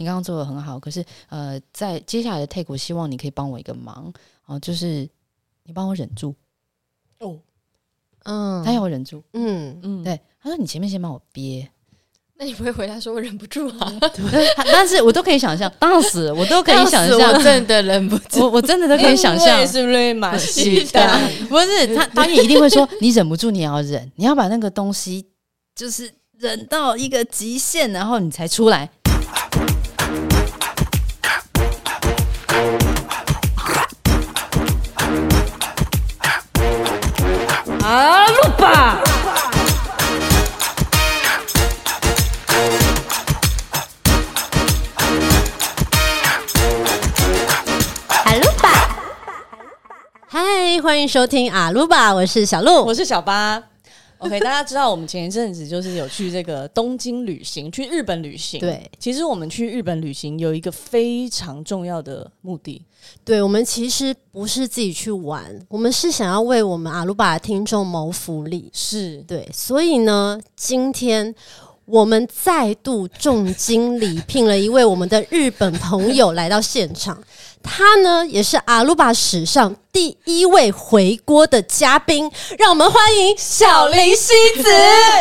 你刚刚做的很好，可是呃，在接下来的 take，我希望你可以帮我一个忙哦、就是你帮我忍住，哦，嗯，他要我忍住，嗯，嗯，对，他说你前面先帮我憋， 那你不会回答说我忍不住啊？ 他但是我都可以想象，当时我嗯都可以想当时我象，真的忍不住。哎我我真的都 可以想象，是不是马戏的的？不是他导演一定会说你忍不住，你也要忍，你要把那个东西就是忍到一个极限，然后你才出来。啊，录吧！ 嗨，欢迎收听阿鲁巴，我是小鹿我。是小八， OK，大家知道我们前一阵子就是有去这个东京旅行，去日本旅行。，对其实我们去日本旅行有一个非常重要的目的，对，我们其实不是自己去玩，我们是想要为我们阿鲁巴的听众谋福利。是对，所以呢，今天我们再度重金礼聘了一位我们的日本朋友来到现场，他呢也是阿鲁巴史上第一位回锅的嘉宾，让我们欢迎小林希子。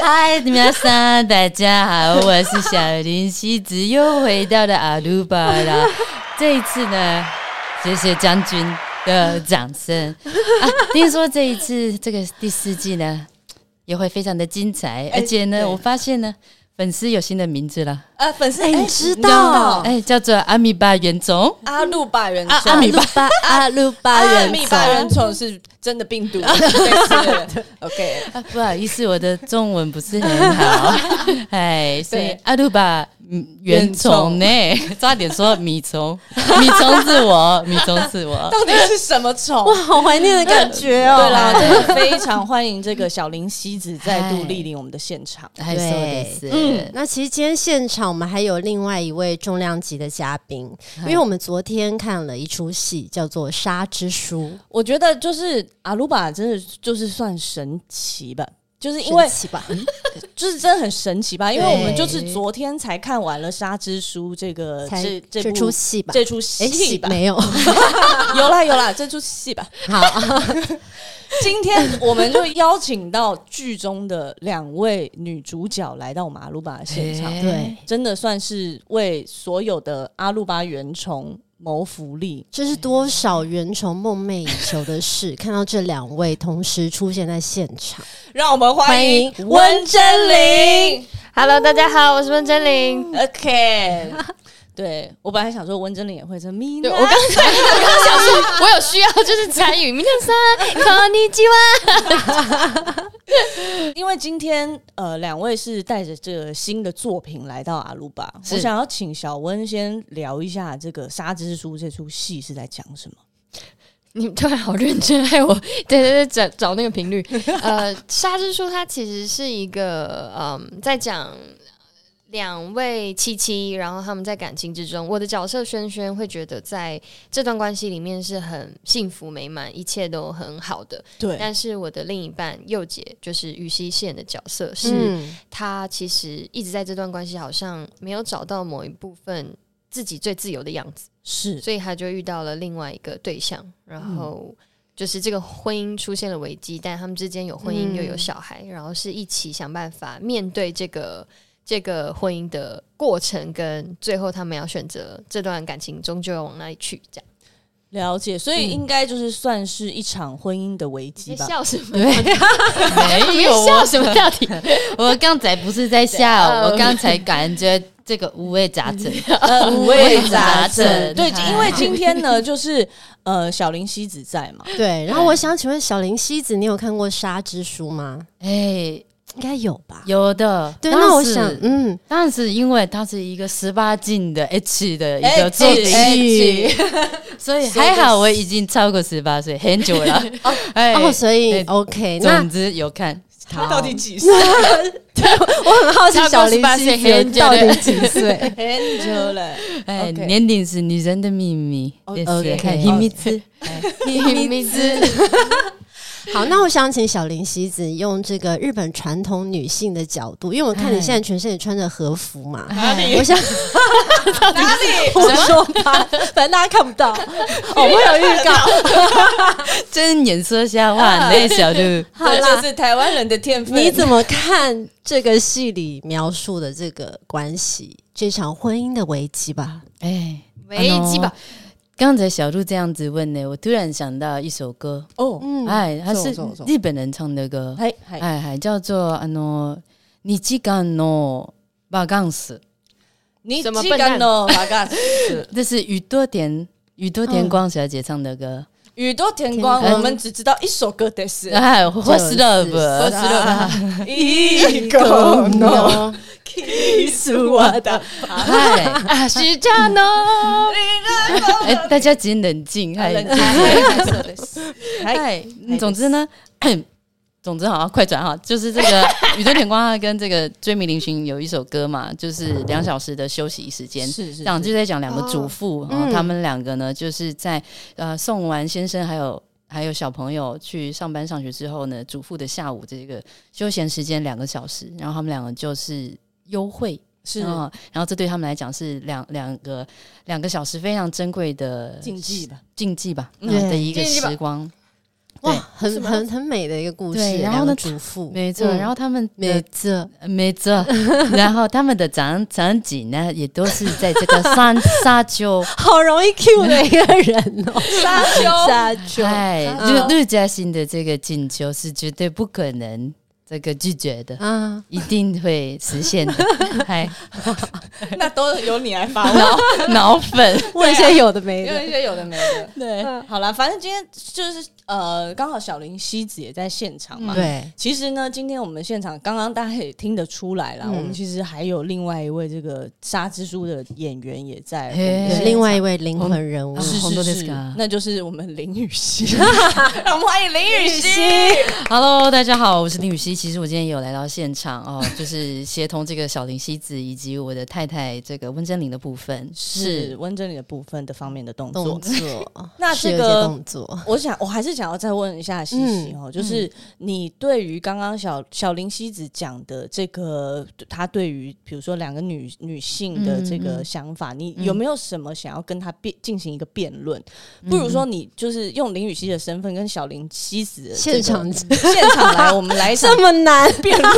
嗨，你们三大家好，我是小林夕子，又回到了阿鲁巴啦。这一次呢，谢谢将军的掌声。啊、听说这一次这个第四季呢，也会非常的精彩，而且哎呢，对我发现呢，粉丝有新的名字了，啊，粉丝哎你知道哎，叫做阿米巴原种。阿鲁巴原啊虫，阿米巴巴阿鲁巴阿人米巴原虫是真的病毒， 对是 OK，啊，不好意思，我的中文不是很好，哎，所以对阿鲁巴嗯原虫呢，差点说米虫，米虫是我，米虫是我，到底是什么虫？哇，好怀念的感觉哦！对啦，真的非常欢迎这个小林希子再度莅临我们的现场。哎，对说的是，嗯，那其实今天现场我们还有另外一位重量级的嘉宾，嗯因为我们昨天看了一出戏叫做《沙之书我觉得就是阿鲁巴，真的就是算神奇吧，就是》，因为神奇吧，就是真的很神奇吧？因为我们对就是昨天才看完了《沙之书》这个才呃这这部出戏吧。这出哎，戏戏吧，没有， 有啦有啦，这出戏吧。好，今天我们就邀请到剧中的两位女主角来到马鲁巴的现场，哎对，真的算是为所有的阿鲁巴原虫谋福利。这是多少原虫梦寐以求的事。 看到这两位同时出现在现场，让我们欢迎欢迎温真菱。 Hello，大家好，我是温真菱。 OK，对我本来想说温真菱也会这咪娜，对我刚才我刚想说，我有需要就是参与。明天三，考你几万？因为今天呃，两位是带着这个新的作品来到阿鲁巴，是我想要请小温先聊一下这个《沙之书》这出戏是在讲什么。 你们突然好认真，害我 对对对找找那个频率。呃，《沙之书》它其实是一个嗯，在讲两位七七，然后他们在感情之中，我的角色轩轩会觉得在这段关系里面是很幸福美满，一切都很好的。对，但是我的另一半佑姐，就是于西线的角色，是、嗯，她其实一直在这段关系好像没有找到某一部分自己最自由的样子，是所以她就遇到了另外一个对象，然后就是这个婚姻出现了危机，但他们之间有婚姻嗯又有小孩，然后是一起想办法面对这个。这个婚姻的过程跟最后，他们要选择这段感情终究要往哪里去，这样。了解，所以应该就是算是一场婚姻的危机你在吧。笑什么？没你有在笑我，什么到底？我刚才不是在呃笑，我刚才感觉这个五味杂陈，呃五味杂陈对，嗨因为今天呢，就是呃，小林希子在嘛，对。然后我想请问小林希子，你有看过《沙之书》吗？哎，应该有吧。有的，对，当那我时想，嗯，当时因为它是一个十八禁的 H 的一哎个作姐品，哎姐 所以还好我已经超过十八岁很久了， 哎哦，所以哎 OK，那总之有看，他到底几岁？我很好奇小林希子到底几岁？很久了，哎， OK 年龄是女哎人的秘密，也是哎 OK 看秘密之秘密之好，那我想请小林希子用这个日本传统女性的角度，因为我看你现在全身也穿着和服 嘛，哪哎里我想哪里？我说吧，反正大家看不 到，哦，我有预告。真眼色瞎话呢，小鹿。好啦这就是台湾人的天分。你怎么看这个戏里描述的这个关系，这场婚姻的危机吧？哎，危机吧，刚才小鹿这样子问呢，我突然想到一首歌，哦，嗯，哎，它是そうそうそう日本人唱的歌，嗨嗨，哎嗨，叫做あの日間のバカンス，你什么记笨干蛋哦，八嘎子。这是宇多田宇多田光小姐唱的歌， 宇多田光，田光我们只知道一首歌的是。哎，What's 我 Love，知道，啊一个 no，是我的。 哎啊，是这样的哦。哎，大家请冷静，哎冷静嗨哎，嗯总之呢， 总之好像快转哈，就是这个宇多田光他跟这个追迷林寻有一首歌嘛，就是两小时的休息时间。是是这样就在讲两个主妇，然后嗯他们两个呢，就是在呃送完先生还有还有小朋友去上班上学之后呢，主妇的下午这个休闲时间两个小时，然后他们两个就是幽会，是哦嗯，然后这对他们来讲是两两个两个小时非常珍贵的禁忌吧？禁忌吧，嗯嗯的一个禁忌吧时光，哇对，很很很美的一个故事。对然后呢两个主妇，没错。嗯然后他们美的这没错， 然后他们的场场景呢，也都是在这个沙 沙丘。好容易 Q 的一个人哦，沙丘，下去哎，嗯陆陆嘉欣的这个请求是绝对不可能这个拒绝的，啊，一定会实现 的。嗨，那都由你来发问，脑 粉，问一些有的没因的。为一些有的没的。对好了，反正今天就是呃，刚好小林希子也在现场嘛。对，其实呢，今天我们现场刚刚大家也听得出来啦，嗯我们其实还有另外一位这个杀蜘蛛的演员也在我们嘿现场，另外一位灵魂人物啊，是红豆是です是か，那就是我们林雨熙，让我们欢迎林雨熙。 Hello，大家好，我是林雨熙。其实我今天也有来到现场哦，就是协同这个小林希子以及我的太太这个温真玲的部分。是温真理的部分的方面的动作。动 作，那是有这一些个动作，我想，我还是想要再问一下西西哦，就是你对于刚刚小小林西子讲的这个，她对于比如说两个女女性的这嗯嗯个嗯想法，你嗯有没有什么想要跟她辩进行一个辩论？不如说你就是用林雨熙的身份跟小林西子的这现个场现场来，我们来一场这么 难，辩论。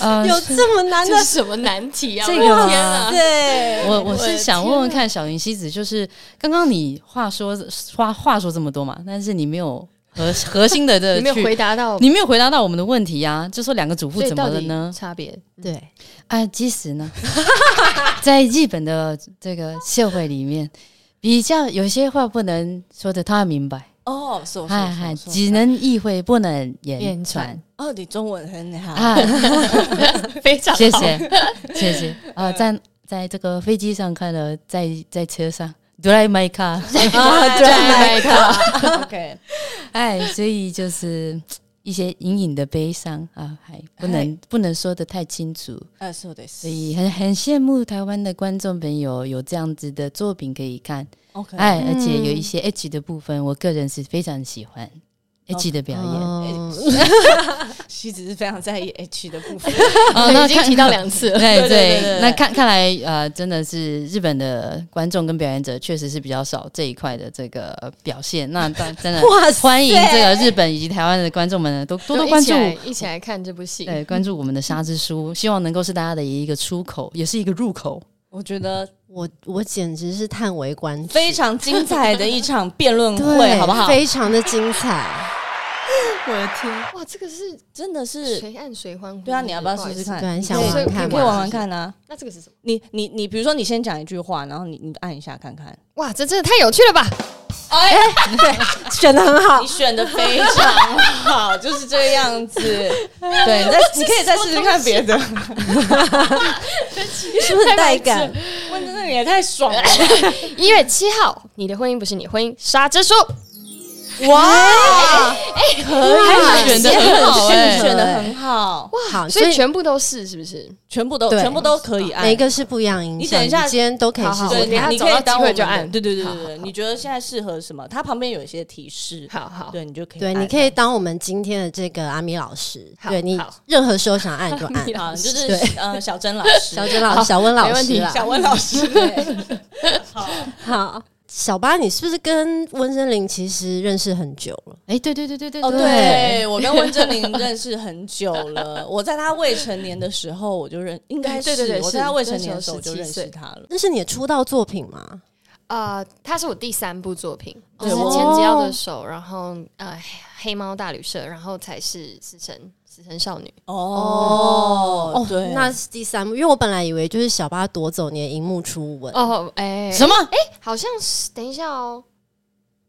呃有这么难这的是什么难题啊？这我个的天啊！对我我是想问问天看，小云西子，就是刚刚你话说话话说这么多嘛，但是你没有核核心的你这没个有去，回答到，你没有回答到我们的问题呀、就说两个主妇所以怎么到了底呢？差别？对，啊，其实呢， 在日本的这个社会里面，比较有些话不能说的太明白，哦，是我哎哎，只能意会不能言言传传哦，你中文很好。 啊。非常好谢谢，谢谢啊、在在这个飞机上看了，在在车上。哆啦 A 梦 卡，啊对 麦克， OK，哎，所以就是一些隐隐的悲伤啊，还不能不能说的太清楚，呃，そうで所す。以很很羡慕台湾的观众朋友有这样子的作品可以看， OK，哎，而且有一些 H 的部分，我个人是非常喜欢 H 的表演。哦，嗯 西子是非常在意 H 的部分。已经提到两次了。哦 对对对对对，那看看来呃，真的是日本的观众跟表演者确实是比较少这一块的这个呃表现。那当真的欢迎这个日本以及台湾的观众们呢，都多多一关起注。来一起来看这部戏。对，关注我们的沙之书，希望能够是大家的一个出口，也是一个入口。我觉得我我简直是叹为观止，非常精彩的一场辩论 会，对好不好？非常的精彩，我的天，哇，这个是真的是，谁按谁欢呼？对啊，你要不要好试意思试看？对很你想可玩以玩你看可以嘛玩玩看啊。那这个是什么？你你你，比如说你先讲一句话，然后你你按一下看看。哇，这真的太有趣了吧！哎，选的很好你。选的非常 好，就是这样子。对，你再你可以再试试看别的。 是不是很带感？问真的 你也太爽了。一月七号，你的婚姻不是你的婚姻，杀之书。哇，哎啊还是选的很好哎、选的很好，好，所啊所以以全部都是是不是？全部都对全部都可以按每一。个是不一样的影响。你等一下今天都可以试好试对，看啊我等一下。你找可到以机当会我们就按对对对好对对，你觉得现在适合什么？它旁边有一些提示，好好，对你就可以对，按。你可以当我们今天的这个阿米老师，好对你好任何时候想按就按。 啊，就是对呃，小珍老师，小珍老小温老没问师题啦，小温老师，好，小八，你是不是跟温森林其实认识很久了？哎、对对对对对哦，对，对我跟温真菱认识很久了，我在她未成年的时候我就认，应该对对对是我是在她未成年的时候我那就时候认17岁识她了。那是你的出道作品吗？呃，它是我第三部作品，就对是《我千吉要的手》，然后呃，《黑猫大旅社》，然后才是《死神死神少女》。哦，对，那是第三幕，因为我本来以为就是小八夺走你的荧幕初吻，哦，哎、什么？好像是，等一下哦，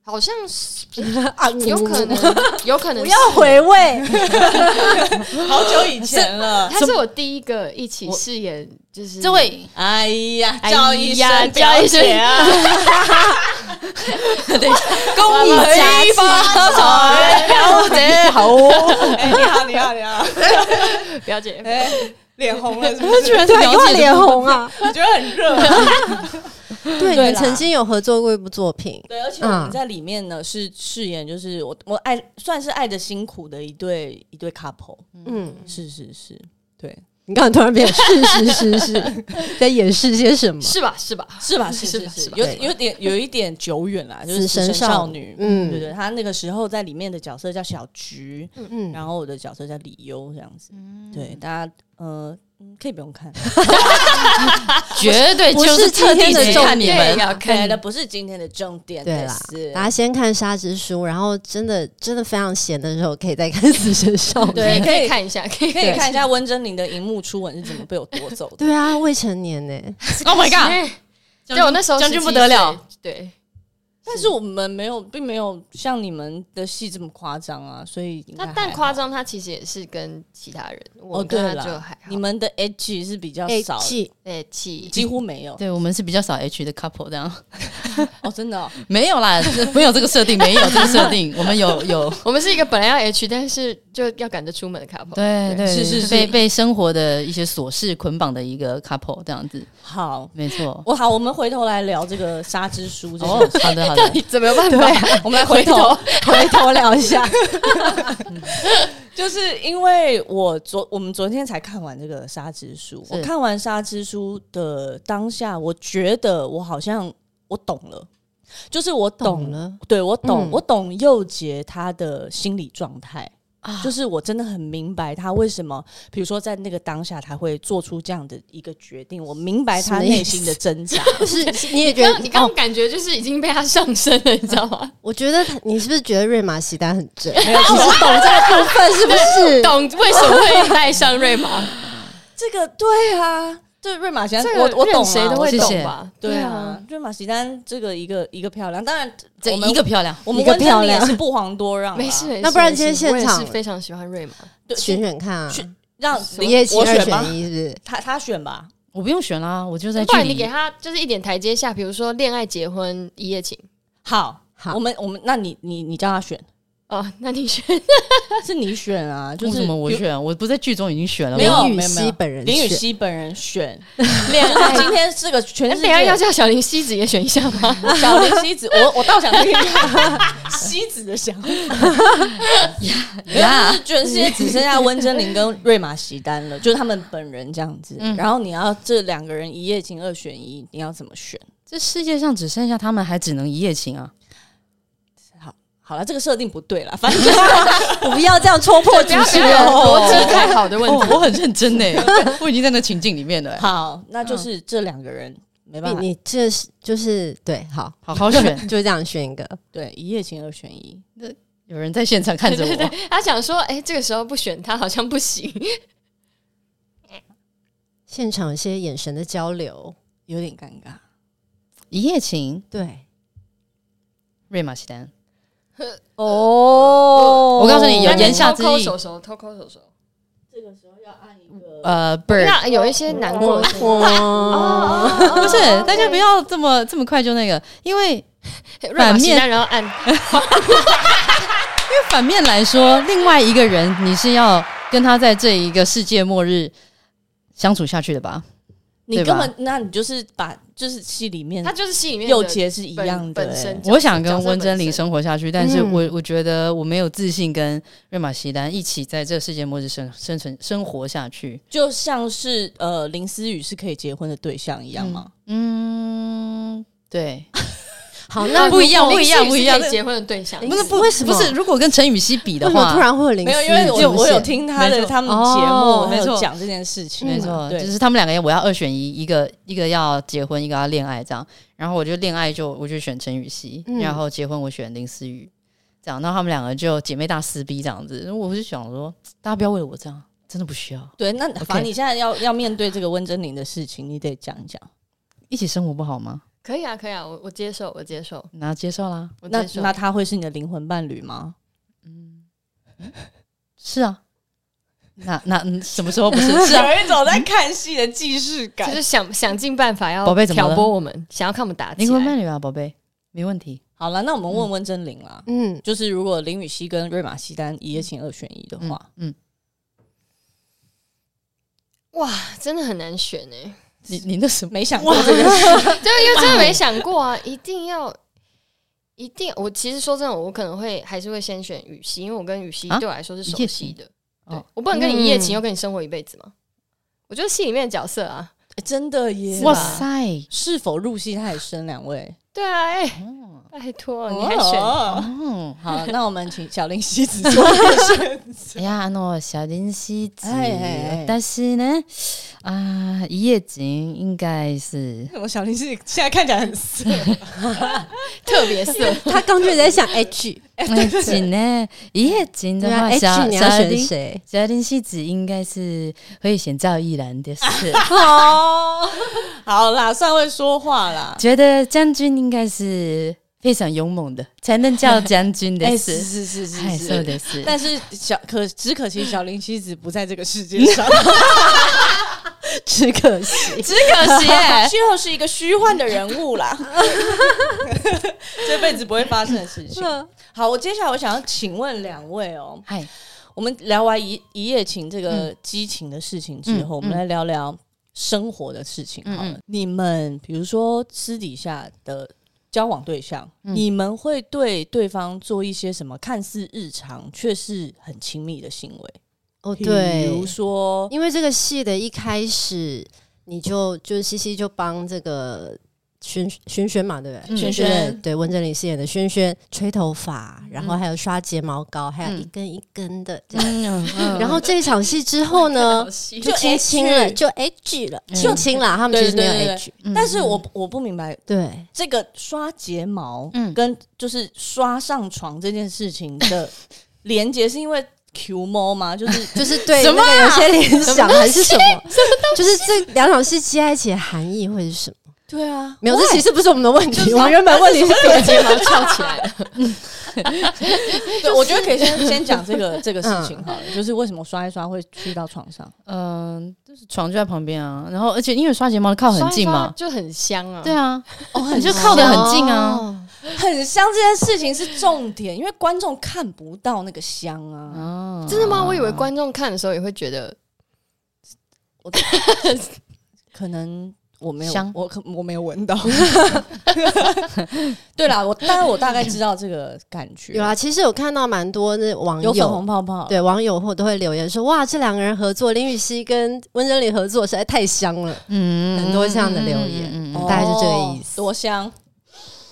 好像是，啊有可能，有可能不是要，回 味，好久以前 了。他是我第一个一起饰演，就是这位哎呀，哎呀叫一声，叫一声表姐啊！公益夹击发财，表 姐好哦，哎，你好，你好，你好！ 表姐，哎，脸红了，是不是？ 然是表姐的部分啊！我觉得很 热。对，你对们啦曾经有合作过一部作品，对，而且我们在里面呢是饰演，就是我我爱算是爱的辛苦的一对一对 couple，嗯，是是是，对，你刚才突然变是是是 是，在掩饰些什么？是吧？是吧？是 吧？是是吧是是，吧有对有点有一点久远啦，就是死《神神少少女女》。嗯嗯，对对，她那个时候在里面的角色叫小菊，嗯，然后我的角色叫李优这样子。对，大家呃。嗯可以不 用看，绝对不就是特今地天的只重看你点们，要看看的不是今天的重点，对啦但是大家先看《沙之书》，然后真的真的非常闲的时候，可以再看《死神少女》。可以对可以看一下，可以可以看一下温真菱的荧幕初吻是怎么被我夺走的。 对啊，未成年呢、 ，Oh my god！哎对我那时候将军17不得了，岁，对，但是我们没有，并没有像你们的戏这么夸张啊，所以应该他还但好夸。张，他其实也是跟其他人，我哦，跟对他就了还好，，你们的 H 是比较哎、少，气对气几乎 没有。对我们是比较少 H 的 couple 这样，哦，真的哦，没有啦，这没有这个设定，没有这个设定，我们有有，我们是一个本来要 H，但是就要赶着出门的 couple。对对，是是是被被生活的一些琐事捆绑的一个 couple 这样子，好，没错。我好，我们回头来聊这个沙之书这哦个。，好的好的，怎么办法？我们来 回头，回头聊一下，就是因为我昨我们昨天才看完这个沙之书，是我看完沙之书的当下，我觉得我好像我懂了，就是我懂懂 了。了对我懂，嗯我懂佑杰他的心理状态。啊就是我真的很明白他为什么，比如说在那个当下他会做出这样的一个决定，我明白他内心的挣扎。 是你也觉刚得你刚哦刚？感觉就是已经被他上身了，你知道吗？我觉得他你是不是觉得瑞玛喜丹很正？你没有其实是懂这个部分 是不是？懂为什么会爱上瑞玛？ 这个对啊，对瑞玛先这生，个我我任懂啊谁都我会谢谢懂吧？对啊，，瑞玛西丹这个一个一个漂亮，当然 这我们一个漂亮，我们一个温漂真菱也亮是不遑多让啦，啊没事没事。那不然今天没事现场我也是非常喜欢瑞玛，对选选看啊，去让你也请我二选吧选，一，是不是？他他选吧，我不用选啦，我就在不剧然你给里。他就是一点台阶下，比如说恋爱、结婚、一夜情。好，好我们我们那你你你叫他选，哦，那 你选是你选啊，就为是什么我比如选？我不在剧中已经选了，没有我林没雨有熙本人林雨选熙本人选恋爱，今天这个全世等一哎下要界叫小林希子也选一下 吗？小林西子，我我倒想听一下西子的想法，没有，呀 就是全世界只剩下温真菱跟瑞玛席丹了，就是他们本人这样子。嗯然后你要这两个人一夜情二选一，你要怎么选？这世界上只剩下他们，还只能一夜情啊！好了，这个设定不对了，反正就是不要这样戳破啊局势哎不要哦！逻辑太好的问哦题，，我很认 真呢，我已经在那情境里面了欸，好，那就是这两个人没办法你，你这是就是对，好，好 好选。就这样选一个。对一夜情二选一。有人在现场看着对对我，对，他想说，哎、这个时候不选他好像不行。现场有些眼神的交流，有点尴尬，一夜情，对，瑞玛西丹，哦我告诉你有言眼下下之之意偷抠手手，偷抠手手。呃，bird，那有一些难过哦哇，不是，大家不要这么这么快就那个，因为 乱把反鸡面蛋然后按，反面来说，另外一个人你是要跟他在这一个世界末日相处下去的吧？你对根吧本那你就是把就是戏里面它就是戏里面的右杰是一样的、本本身欸角色我想跟温真角色本菱身生活下去，但是嗯我我觉得我没有自信跟瑞玛西丹一起在这个世界末日生生存生活下去。就像是呃林思雨是可以结婚的对象一样吗？嗯，对，好，那不一样不一样林夕不一样是可以结婚的对象，林不是不为什么不是，如果跟陈雨希比的 为什么话，突然会有零没四有，五因为我出我有现听他嗯没的错他们哦节目，还没错有讲这件事情，没错，对就是他们两个要我要二选一，一个一个要结婚，一个要恋爱这样。然后我就恋爱就我就选陈雨希，嗯然后结婚我选林思雨，这样。那他们两个就姐妹大撕逼这样子。我就想说，大家不要为了我这样，真的不需要。对。那 OK 反正你现在要要面对这个温真菱的事情，你得讲一讲。一起生活不好吗？可以啊，可以啊，我我接受，我接受，那接受啦，我那接受。那他会是你的灵魂伴侣吗？是啊。那那嗯什么时 候不是？ 是啊，有一种在看戏的既视就感。是想想尽办法要宝贝怎么了挑拨我们，想要看我们打起灵魂来。伴侣啊，宝贝，没问题。好了，那我们问温真菱啦，嗯，就是如果林雨熙跟瑞玛西丹一夜情二选一的话，嗯，嗯，哇，真的很难选哎，你你那什么？没想过这个事，就因为真的没想过啊，一定要。一定，我其实说真的，我可能会还是会先选雨熙，因为我跟雨熙啊对我来说是熟一夜悉情的。对哦，我不能跟你一夜嗯情，又跟你生活一辈子嘛。我觉得戏里面的角色啊，哎真的耶！哇哇吧塞，塞！是否入戏太深？两位，对啊，哎、哦拜托，你还选？哦哦，好，那我们请小林西子做一个 选择。いやあの啊小林夕子哎哎哎私呢啊一夜情应该是我小林西子现在看起来很色，特别色， 他刚就在想 H，一夜情呢哎一夜情对的啊话小，H 你要小选林谁？小林夕子应该是会选赵一然的事， 好，哦好啦，算会说话啦。觉得将军应该是非常勇猛的，才能叫将军的是事，哎是是是哎そう是。です。 但是小可只可惜小林妻子不在这个世界上，只可惜。只可惜 哎最后是一个虚幻的人物啦， 这辈子不会发生的事情。好，我接下来我想要请问两位哦，嗨，我们聊完一一夜情这个激情的事情之后，嗯我们来聊聊生活的事情好了。嗯嗯你们比如说私底下的交往对象，嗯你们会对对方做一些什么看似日常却是很亲密的行为？哦，比对如，说因为这个戏的一开始，你就就是西西就帮这个轩轩轩嘛，对不对？嗯轩轩对对，文珍玲饰演的轩轩吹头发，然后还有刷睫毛膏，还有嗯一根一根的。这样 嗯然后这一场戏之后 呢，就就亲 H 亲了，就 H 了，嗯就亲了。他们其实没有对对对对 H，嗯但是我不我不明白对，这个刷睫毛，嗯跟就是刷上床这件事情的连接，是因为 Q 猫吗？就是 就是对什那么啊个有些联什么想还是什么，就是这两场戏加在一起的含义会是什么？对啊，没有，这其实不是我们的问题，是我哦们原本问题是别把睫毛翘起 来了。 对，我觉得可以先先讲这个这个事情好了，嗯就是为什么刷一刷会去到床上？嗯，就是床就在旁边啊，然后而且因为刷睫毛靠很近嘛，刷一刷就很香啊。对啊，哦，你就靠得很近啊。哦，很香这件事情是重点，因为观众看不到那个香嗯啊。哦，真的吗？我以为观众看的时候也会觉得可能我没有香我可我没有 闻到。对啦，我当然我大概知道这个感觉，有啊，其实有看到蛮多那网有粉友红。泡泡，对网友或都会留言说：“哇，这两个人合作，林雨熙跟温真菱合作实在太香了。嗯很多这样的留言嗯嗯嗯嗯哦，大概是这个意思多香，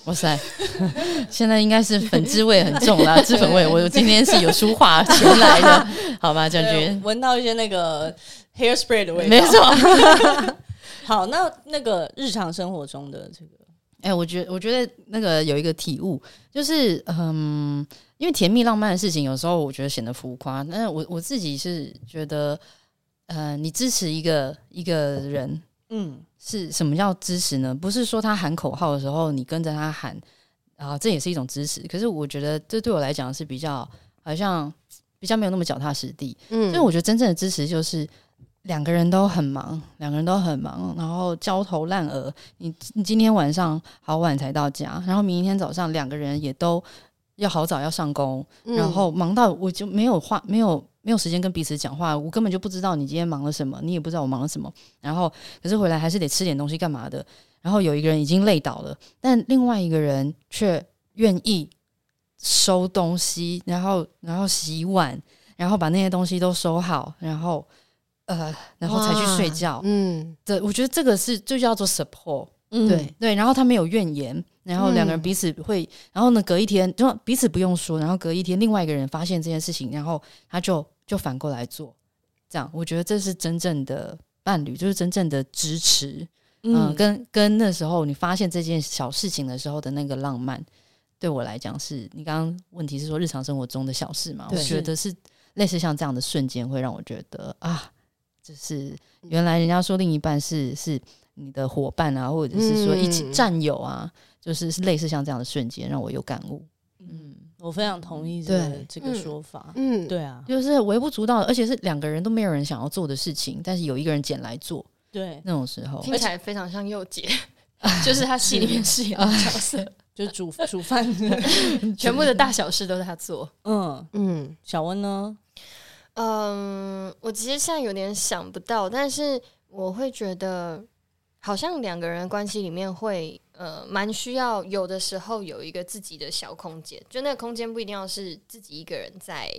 哇塞， 现在应该是粉汁味很重 啦，脂粉味。我今天是有书画前来的，好吧，将对军，闻到一些那个 hairspray 的味道。没错。好，那那个日常生活中的这个， 哎、我觉我觉得那个有一个体悟，就是嗯，因为甜蜜浪漫的事情，有时候我觉得显得浮夸。但是我我自己是觉得，呃，你支持一个一个人，嗯，是什么叫支持呢？不是说他喊口号的时候你跟着他喊啊，这也是一种支持。可是我觉得这对我来讲是比较好像比较没有那么脚踏实地。”嗯所以我觉得真正的支持就是两个人都很忙，两个人都很忙，然后焦头烂额。你你今天晚上好晚才到家，然后明天早上两个人也都要好早要上工，嗯然后忙到我就没有话，没有没有时间跟彼此讲话，我根本就不知道你今天忙了什么，你也不知道我忙了什么。然后可是回来还是得吃点东西干嘛的。然后有一个人已经累倒了，但另外一个人却愿意收东西，然后然后洗碗，然后把那些东西都收好，然后呃，然后才去睡觉。嗯，对，我觉得这个是就叫做 support。嗯对，对，然后他没有怨言，然后两个嗯人彼此会，然后呢，隔一天就彼此不用说，然后隔一天另外一个人发现这件事情，然后他就就反过来做，这样我觉得这是真正的伴侣，就是真正的支持，嗯，嗯，跟跟那时候你发现这件小事情的时候的那个浪漫，对我来讲是你刚刚问题是说日常生活中的小事嘛，我对觉得是类似像这样的瞬间会让我觉得啊，就是原来人家说另一半是是你的伙伴啊，或者是说一起嗯战友啊，就是是类似像这样的瞬间让我有感悟，嗯，我非常同意这个对这个说法。嗯，对啊，就是微不足道的，而且是两个人都没有人想要做的事情，但是有一个人捡来做，对，那种时候听起来非常像佑姐， 就是她戏里面饰演的角色，就煮煮饭。全部的大小事都是她做。嗯，嗯小温呢？嗯，我其实现在有点想不到，但是我会觉得，好像两个人关系里面会呃，蛮需要有的时候有一个自己的小空间，就那个空间不一定要是自己一个人在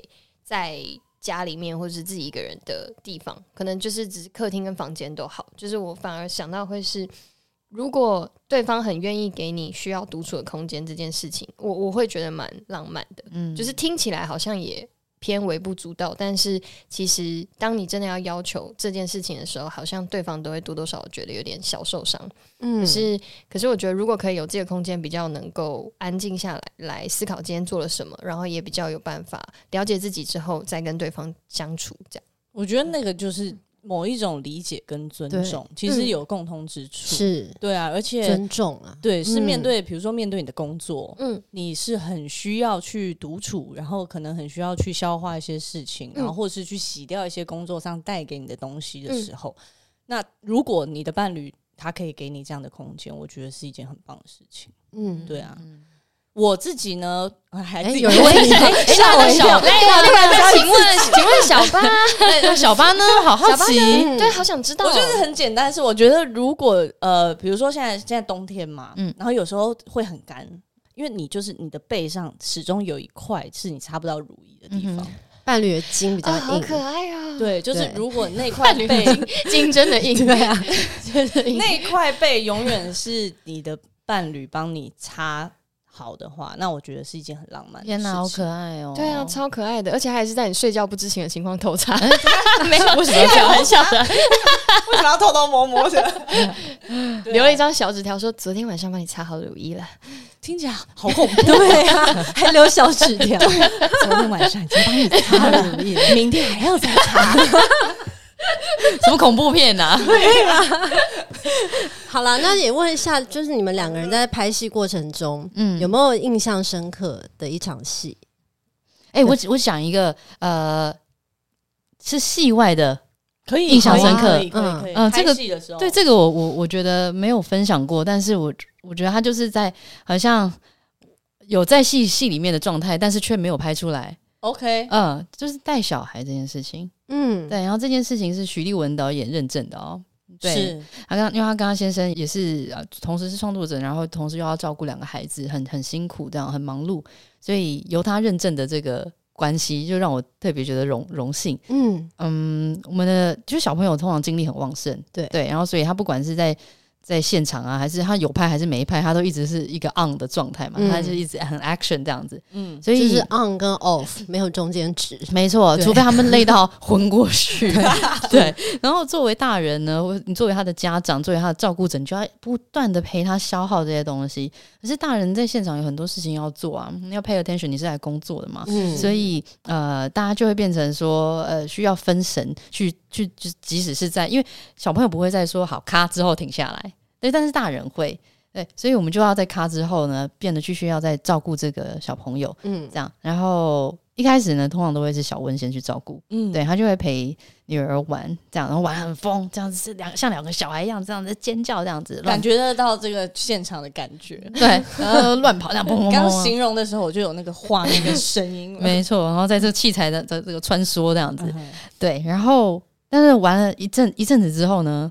在家里面，或是自己一个人的地方，可能就是只是客厅跟房间都好。就是我反而想到会是，如果对方很愿意给你需要独处的空间这件事情，我我会觉得蛮浪漫的。嗯，就是听起来好像也偏微不足道，但是其实当你真的要要求这件事情的时候，好像对方都会多多少少觉得有点小受伤。嗯，可是，可是我觉得如果可以有自己的空间，比较能够安静下来，来思考今天做了什么，然后也比较有办法了解自己之后，再跟对方相处。这样，我觉得那个就是某一种理解跟尊重，其实嗯有共通之处。是对啊，而且尊重啊，对是嗯面对，比如说面对你的工作，嗯你是很需要去独处，然后可能很需要去消化一些事情，嗯然后或是去洗掉一些工作上带给你的东西的时候，那如果你的伴侣他可以给你这样的空间，我觉得是一件很棒的事情。嗯，对啊，我自己呢，啊还自己哎有人问 你吓我一跳，哎，我突啊然请问，请问小八， 那小八 呢，好好小八奇，对，好想知道我哦，就是很简单，是我觉得如果呃，比如说现在现在冬天嘛，嗯嗯，然后有时候会很干，因为你就是你的背上始终有一块是你擦不到乳液的地方，嗯伴侣的筋比较啊，好硬，可爱啊，对，就是对如果那块伴侣背 竞争的硬， 对啊，那块背永远是你的伴侣帮你擦好的话，那我觉得是一件很浪漫的事情。天哪，好可爱哦！对啊，超可爱的，而且还是在你睡觉不知情的情况偷擦，没有 为什么要这样？笑的，为什么要偷偷摸摸的？ 留了一张小纸条说昨天晚上帮你擦好乳液了，听起来好恐怖，对啊，还留小纸条。昨天晚上已经帮你擦了，明天还要再擦。什么恐怖片啊呐？好啦，那也问一下，就是你们两个人在拍戏过程中，嗯有没有印象深刻的一场戏？ 哎、我我想一个，呃，是戏外的，可以印象深刻可以可以可以。嗯拍这个戏的时候，对这个我我我觉得没有分享过，但是我我觉得他就是在好像有在戏戏里面的状态，但是却没有拍出来。 OK，嗯、就是带小孩这件事情，嗯，对，然后这件事情是徐立文导演认证的哦。对是他跟因为他跟他先生也是呃，同时是创作者，然后同时又要照顾两个孩子，很很辛苦，这样很忙碌，所以由他认证的这个关系，就让我特别觉得荣荣幸。嗯嗯，我们的就是小朋友通常精力很旺盛，对对，然后所以他不管是在在现场啊，还是他有拍还是没拍，他都一直是一个 on 的状态嘛，嗯他就一直很 action 这样子，嗯，所以就是 on 跟 off 没有中间值。没错，对除非他们累到昏过去。对，然后作为大人呢，或你作为他的家长，作为他的照顾者，你就要不断的陪他消耗这些东西。可是大人在现场有很多事情要做啊，你要 pay attention，你是来工作的嘛。嗯所以，呃，大家就会变成说，呃，需要分神去去，就即使是在，因为小朋友不会再说好咔之后停下来，对，但是大人会，对，所以我们就要在咔之后呢，变得继续要在照顾这个小朋友，嗯这样，然后一开始呢，通常都会是小温先去照顾，嗯对，他就会陪女儿玩，这样，然后玩得很疯，这样子是两像两个小孩一样，这样子尖叫，这样子乱感觉得到这个现场的感觉。对，然后乱跑，这样砰砰砰刚砰砰。形容的时候，我就有那个画面跟声音了，嗯没错，然后在这个器材的这这个穿梭这样子，嗯哼对，然后但是玩了一阵一阵子之后呢，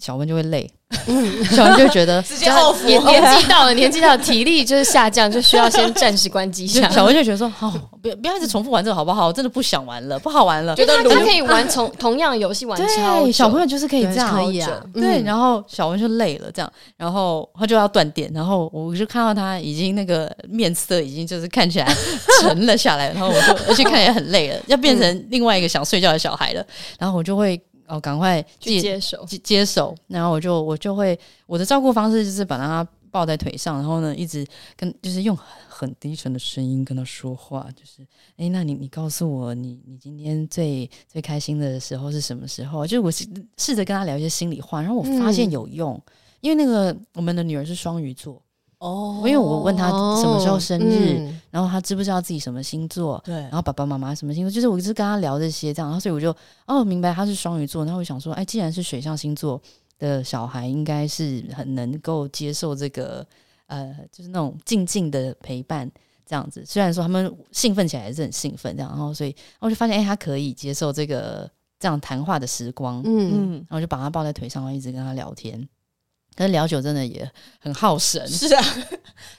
小温就会累， 小温就会觉得直接后服年年纪到了，年纪到了，体力就是下降，就需要先暂时关机一就下。 小温就觉得说，好、不要不要一直重复玩这个好不好？我真的不想玩了，不好玩了。觉得他可以玩从同样游戏玩超对，久小朋友就是可以这样，可以啊，对，嗯然后小文就累了，这样，然后他就要断电，然后我就看到他已经那个面色已经就是看起来 沉了下来，然后我就而且看起来很累了，要变成另外一个想睡觉的小孩了，然后我就会哦赶快自去己接手，接接手，然后我就我就会我的照顾方式就是把他抱在腿上，然后呢一直跟就是用很低沉的声音跟他说话，就是哎，诶那你你告诉我你你今天最最开心的时候是什么时候？就是我试试着跟他聊一些心里话，然后我发现嗯有用，因为那个我们的女儿是双鱼座，哦因为我问他什么时候生日，嗯然后他知不知道自己什么星座，对然，后爸爸妈妈什么星座，就是我一直跟他聊这些这样，然后所以我就哦明白他是双鱼座，然后我想说，哎，既然是水象星座的小孩，应该是很能够接受这个呃，就是那种静静的陪伴这样子。虽然说他们兴奋起来还是很兴奋这样，然后所以然后我就发现，哎，他可以接受这个这样谈话的时光，嗯，嗯，然后就把他抱在腿上，然后一直跟他聊天。可是聊久真的也很耗神，是啊，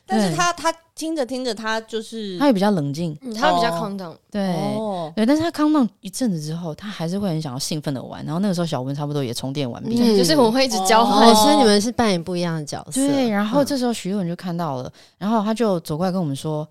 但是他他听着听着，他就是他也比较冷静，嗯他会比较哦 calm down。对。哦，对，但是他康荡一阵子之后，他还是会很想要兴奋的玩。然后那个时候，小温差不多也充电完毕。嗯对，就是我们会一直交换哦，，所以你们是扮演不一样的角色，对，然后嗯这时候徐若云就看到了，然后他就走过来跟我们说：“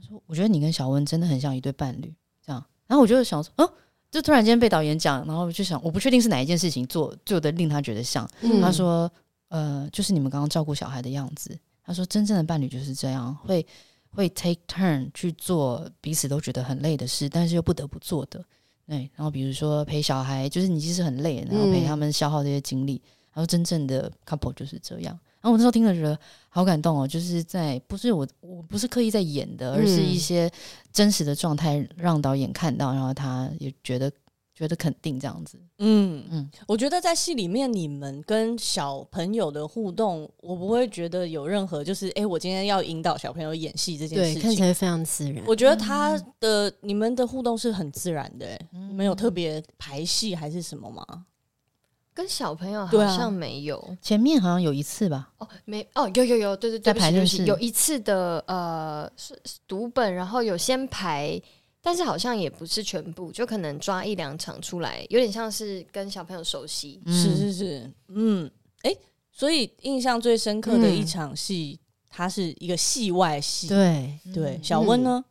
他说我觉得你跟小温真的很像一对伴侣。”这样，然后我就想说，嗯，就突然间被导演讲，然后我就想，我不确定是哪一件事情做做的令他觉得像。嗯他说：“呃，就是你们刚刚照顾小孩的样子。”他说：“真正的伴侣就是这样，会会 take turn 去做彼此都觉得很累的事，但是又不得不做的。对，然后比如说陪小孩，就是你即使很累，然后嗯陪他们消耗这些精力。然后真正的 couple 就是这样。然后我那时候听了觉得好感动哦，就是在不是我我不是刻意在演的，而是一嗯些真实的状态让导演看到，然后他也觉得觉得肯定这样子。嗯嗯嗯，我觉得在戏里面，你们跟小朋友的互动，我不会觉得有任何就是，哎、我今天要引导小朋友演戏这件对，事看起情。来非常自然，我觉得他的、你们的互动是很自然的、诶嗯你们有特别排戏还是什么吗？跟小朋友好对啊像没有前面好像有一次吧，哦，没哦，有有有，对对对在不排起，对练不起室有一次的呃是是读本，然后有先排，但是好像也不是全部，就可能抓一两场出来，有点像是跟小朋友熟悉。是嗯是是，嗯，哎、所以印象最深刻的一嗯场戏，它是一个戏外戏。对，对，小温呢？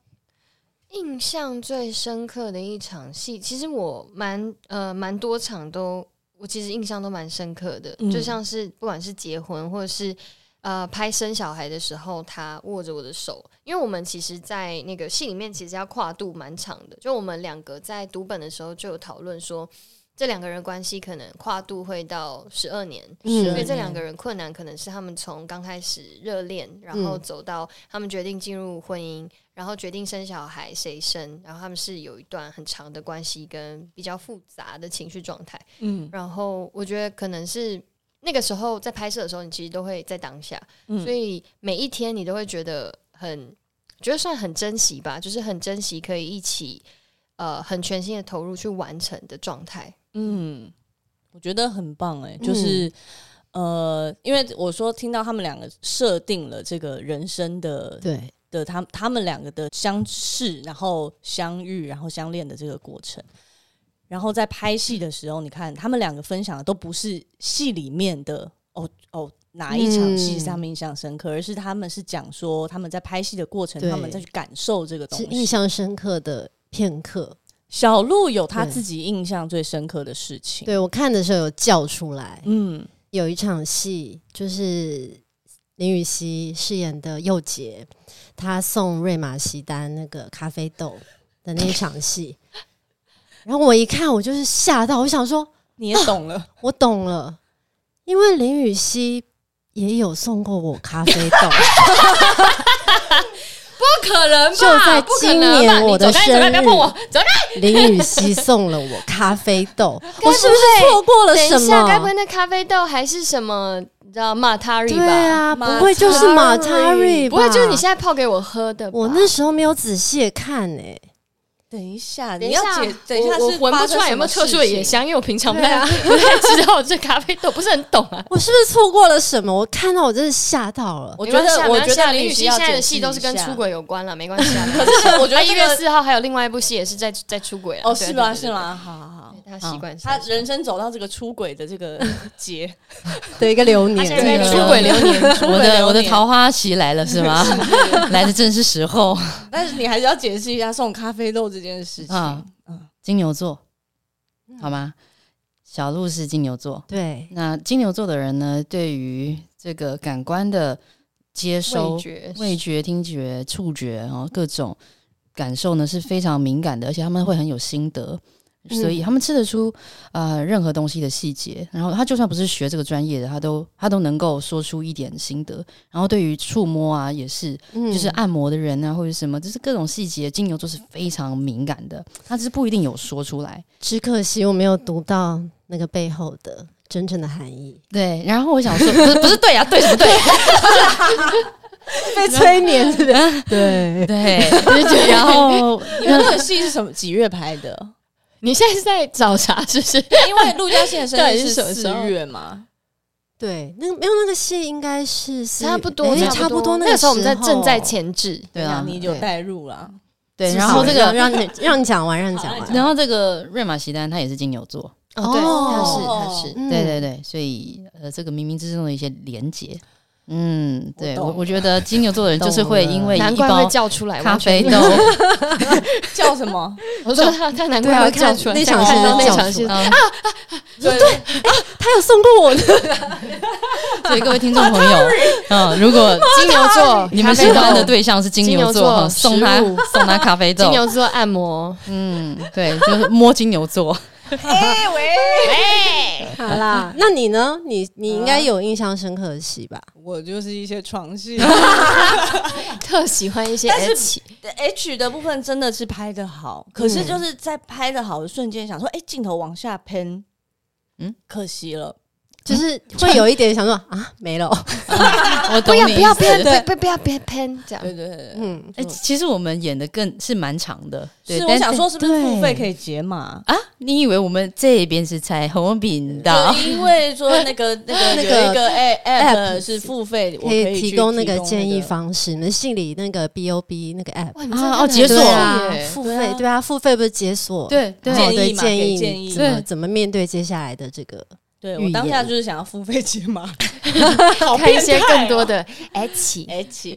印象最深刻的一场戏，其实我蛮呃蛮多场都，我其实印象都蛮深刻的，嗯就像是不管是结婚或者是呃拍生小孩的时候，他握着我的手，因为我们其实，在那个戏里面其实要跨度蛮长的，就我们两个在读本的时候就有讨论说，这两个人关系可能跨度会到十二年，嗯所以这嗯两个人困难可能是他们从刚开始热恋，然后嗯走到他们决定进入婚姻，然后决定生小孩谁生，然后他们是有一段很长的关系跟比较复杂的情绪状态。嗯然后我觉得可能是那个时候在拍摄的时候，你其实都会在当下，嗯所以每一天你都会觉得很，觉得算很珍惜吧，就是很珍惜可以一起呃很全心的投入去完成的状态。嗯，我觉得很棒哎、就是、呃，因为我说听到他们两个设定了这个人生的对，的他他们两个的相识，然后相遇，然后相恋的这个过程。然后在拍戏的时候，你看他们两个分享的都不是戏里面的哦哦哪一场戏是他嗯们印象深刻，而是他们是讲说他们在拍戏的过程，对他们再去感受这个东是西。印象深刻的片刻。小鹿有他对自己印象最深刻的事情，对我看的时候有叫出来， 嗯有一场戏就是林雨熙饰演的佑杰，她送瑞玛西丹那个咖啡豆的那一场戏， 然后我一看我就是吓到，我想说你也懂了，我懂了，因为林雨 熙也有送过我咖啡豆。不可能吧，就在不可能吧今年我的你走开走开不要生日碰我，走开。林雨熙送了我咖啡豆，不会我是不是错过了什等一下，该不会么？那咖啡豆还是什么？你知道马塔瑞对吧？啊，马不会就是马塔瑞吧？不会就是你现在泡给我喝的吧？我那时候没有仔细看欸诶、等一下， 等你一要下解，，等一下我我是闻不出来有没有特殊的野香，因为我平常不太、 不太知道这咖啡豆，不是很懂啊。我是不是错过了什么？我看到我真的吓到了。我觉得 没关系啊，我没关觉系啊得林林雨雨熙熙现要在的解戏释都是跟一下出 轨有关了，没关系啊。可是我觉得一这月个四号还有另外一部戏也是在在出轨啊。哦，对是对吗？对是吗？好好好对，他习惯性他人生走到这个出轨的这个节，的一个流年他现在这个在出轨流年， 出我轨流的年我的桃花期来了是吗？来的正是时候但是你还是要解释一下送咖啡豆这件事情。啊嗯！金牛座，好吗？小鹿是金牛座，对，那金牛座的人呢，对于这个感官的接收味、觉味觉、听觉、触觉，然后各种感受呢是非常敏感的，而且他们会很有心得，嗯所以他们吃得出呃任何东西的细节。然后他就算不是学这个专业的，他都他都能够说出一点心得。然后对于触摸啊，也是嗯就是按摩的人啊，或者什么，就是各种细节，金牛座是非常敏感的，他只是不一定有说出来。只可惜我没有读到那个背后的真正的含义，对，然后我想说， 不是不是对呀、啊对什么对？被催眠是不是？对，对，就是然后你们那个戏是什么几月拍的？你现在是在找茬是不是？因为陆嘉欣的生到底日是什么时四候月嘛，对，那个没有那个戏应该是四差不多，诶差哎差不多那个时候我们在正在前置，对啊啊，，你有代入啦。对，好，然后这个，让你让你讲完，让你讲完，然后这个瑞玛席丹他也是金牛座，哦，对，哦他是他是。嗯对对对，所以呃，这个冥冥之中的一些连结，嗯，我对懂我我觉得金牛座的人就是会因为难一怪会包叫出来咖，啡完全豆，叫什么？我说他他难对怪啊会叫出看来。那场戏看到那是叫场戏嗯，对，他有送过 我的，所以各位听众朋友，嗯，如果金牛座，你们咖啡喜豆欢的对象是金金牛牛座，座嗯送他食物送他咖啡金豆，牛座按摩，嗯，对，就是摸金牛座。哎喂，好啦，那你呢？你你应该有印象深刻的戏吧？我就是一些床戏。特喜欢一些但是 H， H 的部分真的是拍的好，可是就是在拍的好的瞬间，想说，哎、镜头往下偏，嗯嗯，可惜了。就是会有一点想说啊，没了，我不懂要你不要意思不要不要不要不要不要喷这样。对对对对，嗯，哎、其实我们演的更是蛮长的，对，是但我想说，是不是对付费可以解码？啊，你以为我们这边是彩虹频道就？因为说那个那个那个有一个 A app app 是付费，我可以以去提供那个建议方式，你们信里那个 B O B 那个 app。哇，你真的哦解锁对啊啊，，付对费啊对啊，付费不是解锁对对然后对建议嘛建给议建议你怎么对怎么面对接下来的这个对预我言当下就是想要付费解码，啊看一些更多 的 H， H。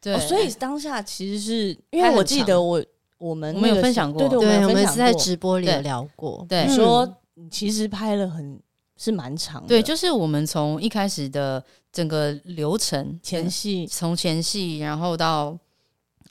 对、哎哦所以当下其实是因拍为很我记得我我们我们有那个分享过对对，对，有我分们享是在过直播里有对聊过。对你嗯说你其实拍了很是蛮长的，对，就是我们从一开始的整个流程，前戏从前戏，然后到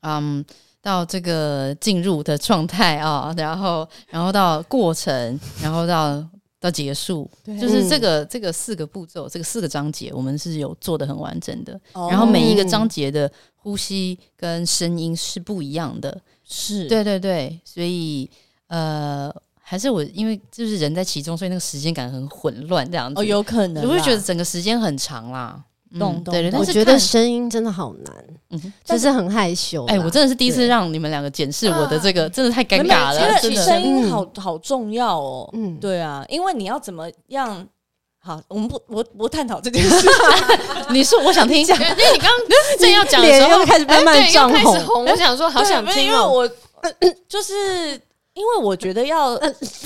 嗯。到这个进入的状态啊， 然后，然后到过程，然后到到结束，对就是这个、这个四个步骤，这个四个章节，我们是有做的很完整的。哦然后每一个章节的呼吸跟声音是不一样的。哦是对对对，所以呃，还是我因为就是人在其中，所以那个时间感很混乱这样子。哦，有可能我啦，会觉得整个时间很长啦。嗯懂懂对对，懂但我是觉得看声音真的好难，嗯哼就是很害羞啦。啊哎，我真的是第一次对让你们两个检视我的这个，真的太尴没有尬了，因真为的。声音嗯好好重要哦。嗯，对啊，因为你要怎么样？好，我们不，我不探讨这件事。你说我想听，因为你刚刚正要 讲的时脸候哎又，开始慢慢对，又涨开始红，红，我想说好想对听因为哦。我就是因为我觉得要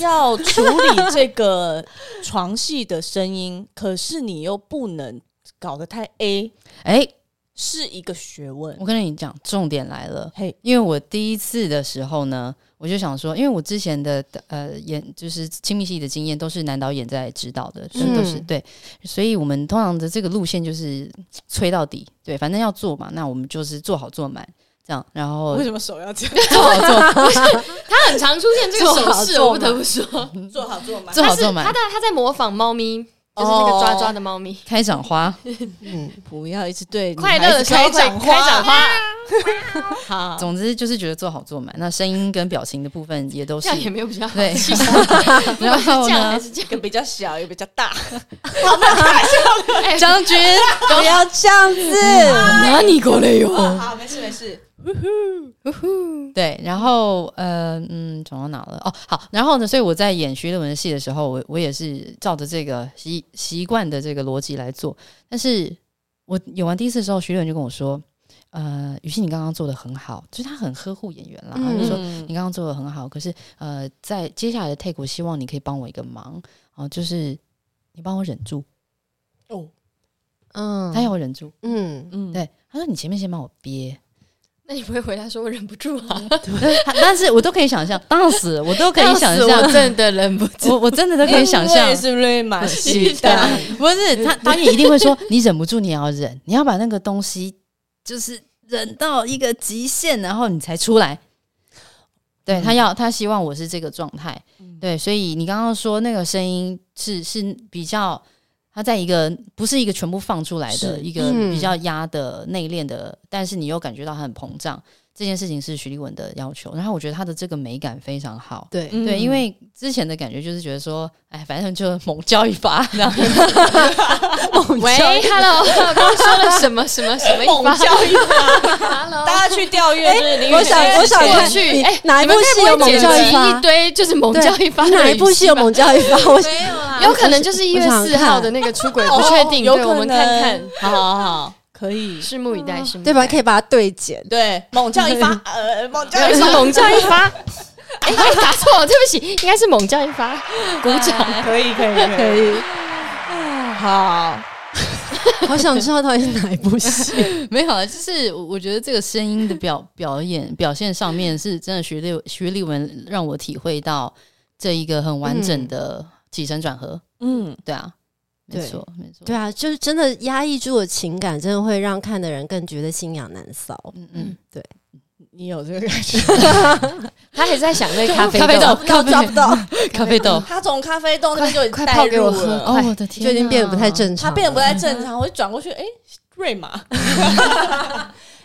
要处理这个床戏的声音，可是你又不能搞得太 A，哎，是一个学问我。跟你讲，重点来了。嘿，因为我第一次的时候呢，我就想说，因为我之前的呃演就是亲密戏的经验都是男导演在指导的，就是嗯都是对，所以我们通常的这个路线就是吹到底，对，反正要做嘛，那我们就是做好做满这样，然后什么手要这样？ 做好 做他很常出现这个手势，做好做满我不得不说，做好 做满做好他是做他满在，他在模仿猫咪，就是那个抓抓的猫咪，开赏花，嗯，不要一直对快乐的时候开会掌开掌花，好，总之就是觉得做好做满，那声音跟表情的部分也都这是样也没有比较好，对其 实不管是然后这样还呢，是这样，个比较小，一个比较大。哎将军， 不要这样子，哪里过来哟？好，没事没事。对，然后呃嗯，讲到哪了？哦，好，然后呢，所以我在演徐乐文戏的时候，我我也是照着这个习习惯的这个逻辑来做。但是我演完第一次的时候，徐乐文就跟我说：“呃，雨欣，你刚刚做的很好，就是他很呵护演员啦，他就说嗯你刚刚做的很好，可是呃，在接下来的 take，我希望你可以帮我一个忙哦、就是你帮我忍住，哦，嗯他要我忍住，嗯，嗯，对，他说你前面先帮我憋， 那你不会回答说我忍不住啊？嗯 他但是我都可以想象，当时我都可以想当时我象，真的忍不住， 我我真的都可以想象，嗯是不是蛮期待待？不是他导演一定会说你忍不住，你也要忍， 你要把那个东西就是忍到一个极限，然后你才出来。对他要他希望我是这个状态，对，所以你刚刚说那个声音是是比较。他在一个不是一个全部放出来的是一个嗯比较压的内敛的，但是你又感觉到它很膨胀，这件事情是徐立文的要求。然后我觉得他的这个美感非常好，对，嗯对，因为之前的感觉就是觉得说，哎，反正就猛教一把， 然后喂，Hello，刚刚说了什么什么什么猛叫一把， ？Hello，大家去调阅就是林我想允，我想之前看过去你哎哪一部戏有猛剪教辑一发一？堆就是猛叫一发，对哪一部戏有猛？叫一发？我没有啦有可能就是一月我想四看号的那个出轨，不确定，有对，我可们能看看，好好好，可以，拭目以待，拭目以对吧？待可以把它对剪。对，猛叫一发，呃，猛没叫有一是发，猛叫一 发。哎、哎打错了，对不起，应该是猛叫一发，鼓哎掌。可以可以可以，好， 好想知道到底是哪一部戏。没有啊，就是我我觉得这个声音的表表演表现上面是真的徐立徐立文让我体会到这一个很完整的起承转合，嗯，对啊，没对错没错， 对啊，就是真的压抑住的情感，真的会让看的人更觉得心痒难搔。嗯嗯，你有这个感觉？他还在想那嗯咖啡咖啡豆豆，咖啡 抓不 到，咖啡豆，他从咖啡豆那边就已经快带泡给入我喝了哦我的天，就已经变得不太，正 常他了。变得不太正常，我就转过去，哎，瑞 玛，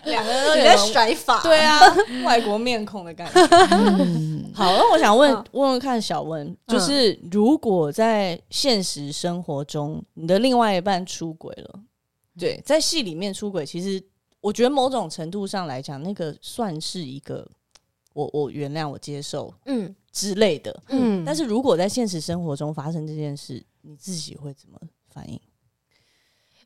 两个人都有你在甩法，对 啊，外国面孔的感觉。嗯，好，那我想问嗯问问看小文，就是如果在现实生活中，你的另外一半出轨了，对，在戏里面出轨，其实我觉得某种程度上来讲，那个算是一个我我原谅我接受嗯，之类的。嗯但是如果在现实生活中发生这件事，你自己会怎么反应？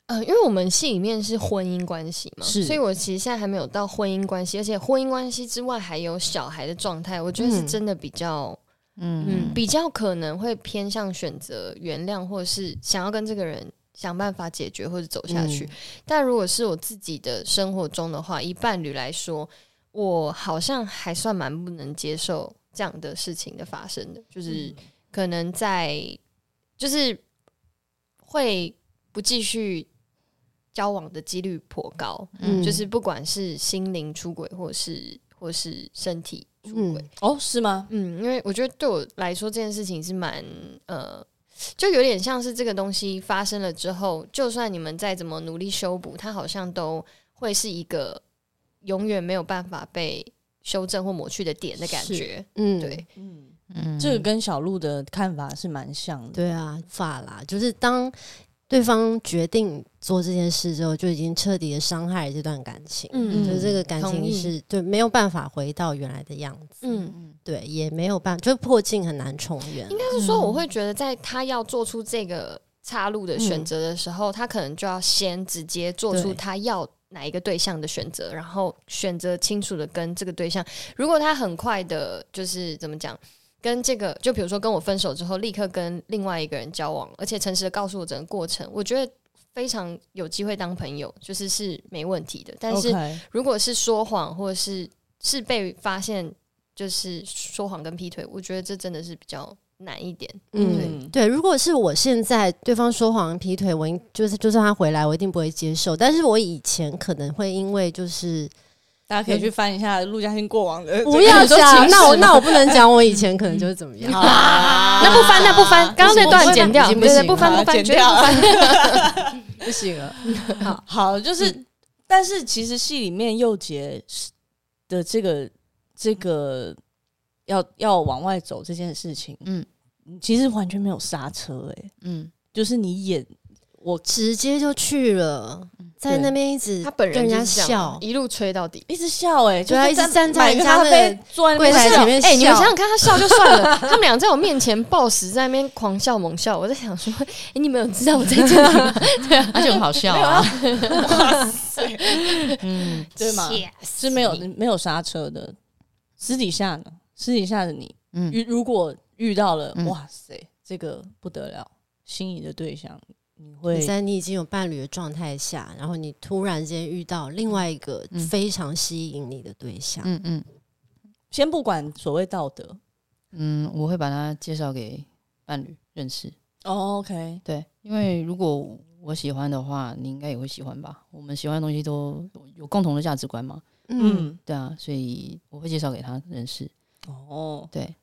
呃，因为我们戏里面是婚姻关系嘛，是所以我其实现在还没有到婚姻关系，而且婚姻关系之外还有小孩的状态，我觉得是嗯真的比较，嗯，嗯比较可能会偏向选择原谅，或者是想要跟这个人想办法解决或者走嗯下去。嗯但如果是我自己的生活中的话，以伴侣来说，我好像还算蛮不能接受这样的事情的发生的，就是可能在就是会不继续交往的几率颇高，嗯就是不管是心灵出轨或是或是身体出轨，嗯哦，是吗？嗯，因为我觉得对我来说这件事情是蛮呃，就有点像是这个东西发生了之后，就算你们再怎么努力修补，它好像都会是一个永远没有办法被修正或抹去的点的感是觉。嗯对，嗯，嗯这个跟小鹿的看法是蛮像的。对啊，法啦，就是当对方决定做这件事之后，就已经彻底的伤害了这段感情。嗯就是这个感同情意是对没有办法回到原来的样子，嗯，对，也没有办，就是破镜很难重圆。应该是说我会觉得，在他要做出这个岔路的选择的时候，他可能就要先直接做出对他要哪一个对象的选择，然后选择清楚的跟这个对象。如果他很快的，就是怎么讲？跟这个，就比如说跟我分手之后，立刻跟另外一个人交往，而且诚实的告诉我整个过程，我觉得非常有机会当朋友，就是是没问题的。但是 OK 如果是说谎，或者是是被发现就是说谎跟劈腿，我觉得这真的是比较难一点。嗯，对，如果是我现在对方说谎劈腿，我应就是就算他回来，我一定不会接受。但是我以前可能会因为就是大家可以去翻一下陆嘉欣过往的这个。不要讲，那我那我我不能讲，我以前可 能就是怎么样。啊 那不翻，那啊不翻，刚刚那段剪掉，已经不对对，行不翻了不翻，剪绝对不翻。 嗯不行了。好，就是但是其实戏里面佑杰是的这个这个要要往外走这件事情，嗯其实完全没有刹车、欸，嗯，就是你演我直接就去了，在那边一直嗯他本人跟人就家是这样笑，一路吹到底。一直笑、欸，哎，对啊就是一直站在买个人家咖的啡坐在那柜边台笑前面哎、你笑们想，想看，他笑就算了， 他们俩在我面前暴食，在那边狂笑猛笑。我在想说， 哎、你们有知道我在这里吗？而且很好笑啊，对 吗？是没有没有刹车的。私底下呢，私底下的你嗯，遇如果遇到了，嗯哇塞，这个不得了，心仪的对象，你会你在你已经有伴侣的状态下，然后你突然间遇到另外一个嗯非常吸引你的对象，嗯嗯先不管所谓道德嗯，我会把他介绍给伴侣认识，哦，OK，对，因为如果我喜欢的话，你应该也会喜欢吧？我们喜欢的东西都有共同的价值观嘛，嗯，嗯，对啊，所以我会介绍给他认识，哦，对，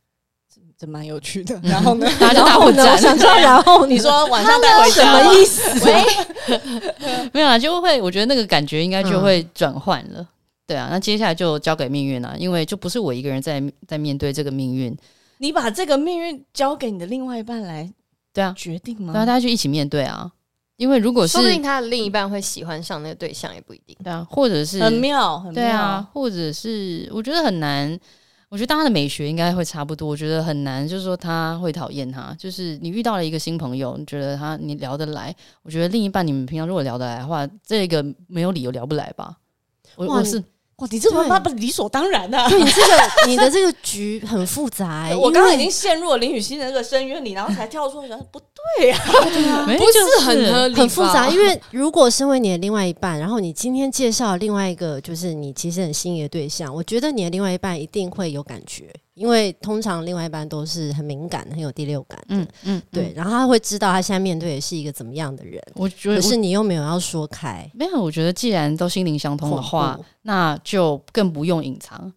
这蛮有趣的。然后呢，大家就然大后混呢，我想战，知道， 然后你说晚上带回家吗什么意思？没有啊，就会我觉得那个感觉应该嗯就会转换了。对啊，那接下来就交给命运了、因为就不是我一个人在在面对这个命运，你把这个命运交给你的另外一半来对啊，决定吗然后？大家就一起面对啊。因为如果是嗯说不定他的另一半会喜欢上那个对象，也不一定。对啊，或者是很妙，很妙对啊，，或者是我觉得很难。我觉得大家的美学应该会差不多，我觉得很难，就是说他会讨厌他，就是你遇到了一个新朋友，你觉得他你聊得来，我觉得另一半你们平常如果聊得来的话，这个没有理由聊不来吧？我哇我你是哇，你这对他不理所当然的、啊。对你这个你的这个局很复 杂、欸，我刚刚已因经为陷入了林雨欣的那个深渊里，然后才跳出来，想不没不就是很合理吧，很复杂，因为如果身为你的另外一半，然后你今天介绍另外一个就是你其实很心仪的对象，我觉得你的另外一半一定会有感觉，因为通常另外一半都是很敏感、很有第六感的，嗯嗯，对，然后他会知道他现在面对的是一个怎么样的人，我觉可得是我你又没有要说开，没有，我觉得既然都心灵相通的话恐怖，那就更不用隐藏。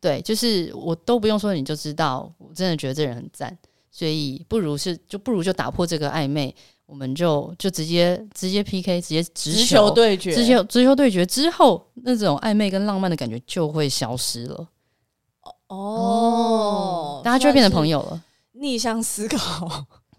对，就是我都不用说，你就知道，我真的觉得这人很赞，所以不如是就不如就打破这个暧昧，我们就就直接直接 PK，直接直直球对决，直球直球对决之后，那种暧昧跟浪漫的感觉就会消失了，哦，大家就会变成朋友。友了。逆向思考，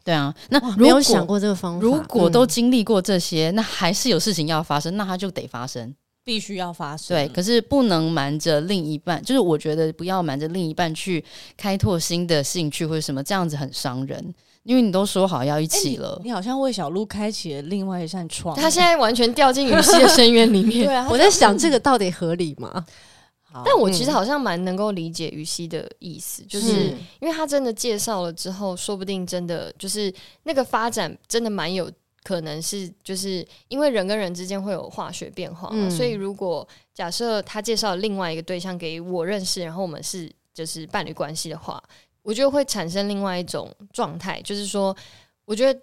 对啊，那哇，如没有果想过这个方法，如果嗯都经历过这些，那还是有事情要发生，那它就得发生。必须要发生。嗯哎对，可是不能瞒着另一半，就是我觉得不要瞒着另一半去开拓新的兴趣或者什么，这样子很伤人。因为你都说好要一哎起了， 你好像为小鹿开启了另外一扇窗。欸他现在完全掉进雨溪 的深渊里面。对啊，我在想这个到底合理吗？好但我其实好像蛮能够理解于西的意思，就是嗯因为他真的介绍了之后，说不定真的就是那个发展真的蛮有可能是，就是因为人跟人之间会有化学变化嘛，嗯所以如果假设他介绍另外一个对象给我认识，然后我们是就是伴侣关系的话，我觉得会产生另外一种状态，就是说，我觉得。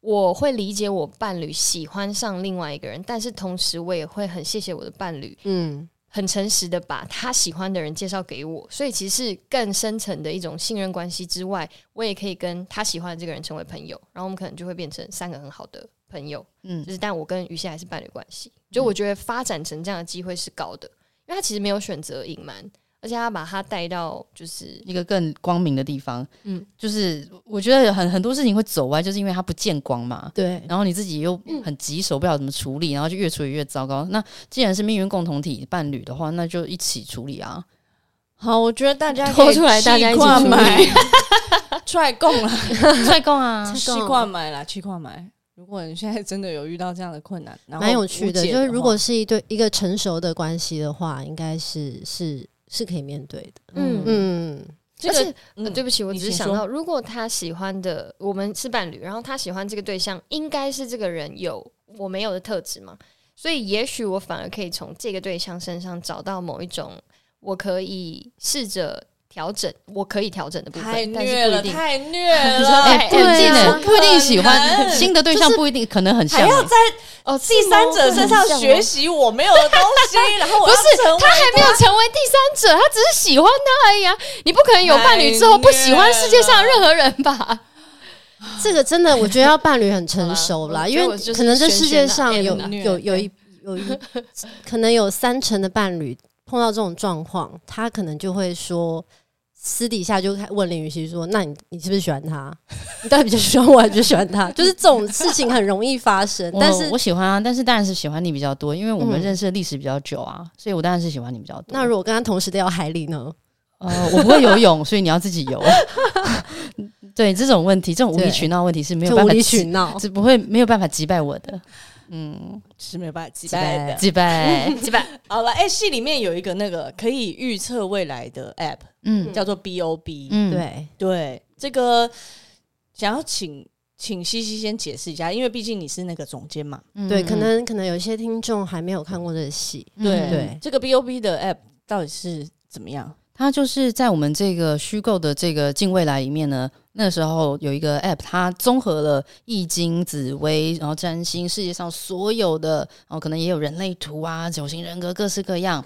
我会理解我伴侣喜欢上另外一个人，但是同时我也会很谢谢我的伴侣， 嗯，很诚实的把他喜欢的人介绍给我，所以其实是更深层的一种信任关系之外，我也可以跟他喜欢的这个人成为朋友，然后我们可能就会变成三个很好的朋友。 嗯就，是但我跟于西还是伴侣关系，就我觉得发展成这样的机会是高的，因为他其实没有选择隐瞒，而且他把他带到就是一个更光明的地方，嗯嗯，就是我觉得很很多事情会走歪，就是因为它不见光嘛。对，然后你自己又很棘手，不知道怎么处理，然后就越处理越糟糕。那既然是命运共同体伴侣的话，那就一起处理 啊。好，我觉得大家拖出来大家一起出力买，出来供了，踹共啊，这气个罐买啦，气罐买。如果你现在真的有遇到这样的困难，然后蛮有趣无的，解就是话如果是一对一个成熟的关系的话，应该是是是可以面对的。嗯嗯，这而个且呃嗯对不起，我你只是请想到，如果他喜欢的我们是伴侣，然后他喜欢这个对象，应该是这个人有我没有的特质嘛，所以也许我反而可以从这个对象身上找到某一种我可以试着调整，我可以调整的部嗯太分，但虐是不了，一定。太虐说了， 哎不一定对欸啊不一定喜不可欢能新的对象，不一定可能很像还要欸。在哦，第三者身上学习，习我没有的东西，然后我哦不要是成为他还没有成为第三者，他只是喜欢他而已啊！你不可能有伴侣之后不喜欢世界上的任何人吧？这个真的我觉得要伴侣很成熟 好啦啦，我因觉得为我就是可能这世界上选选有那 M 有有一有一 可能有三成的伴侣碰到这种状况，他可能就会说。私底下就开问林雨熙说：“那你你是不是喜欢他？ 你到底比较喜欢我，还是比较喜欢他？ 就是这种事情很容易发 生。哦我但是我喜欢啊，但是当然是喜欢你比较多，因为我们嗯认识的历史比较久啊，所以我当然是喜欢你比较多。那如果跟他同时掉海里呢？呃，我不会游泳， 所以你要自己游。对这种问题，这种无理对取闹问题是没有就办无法理击取闹。只不会没有办法击败我的，嗯，是没有办法击击败败的。击败，几百好了，哎、戏里面有一个那个可以预测未来的 app，嗯叫做 BOB。嗯，，对，对，这个想要请请西西先解释一下，因为毕竟你是那个总监嘛。嗯对，嗯可能可能有一些听众还没有看过这个戏，对对哎这个 BOB 的 app 到底是怎么样？它就是在我们这个虚构的这个近未来里面呢，那时候有一个 App，它综合了易经、紫薇，然后占星，世界上所有的哦，可能也有人类图啊、九型人格各式各样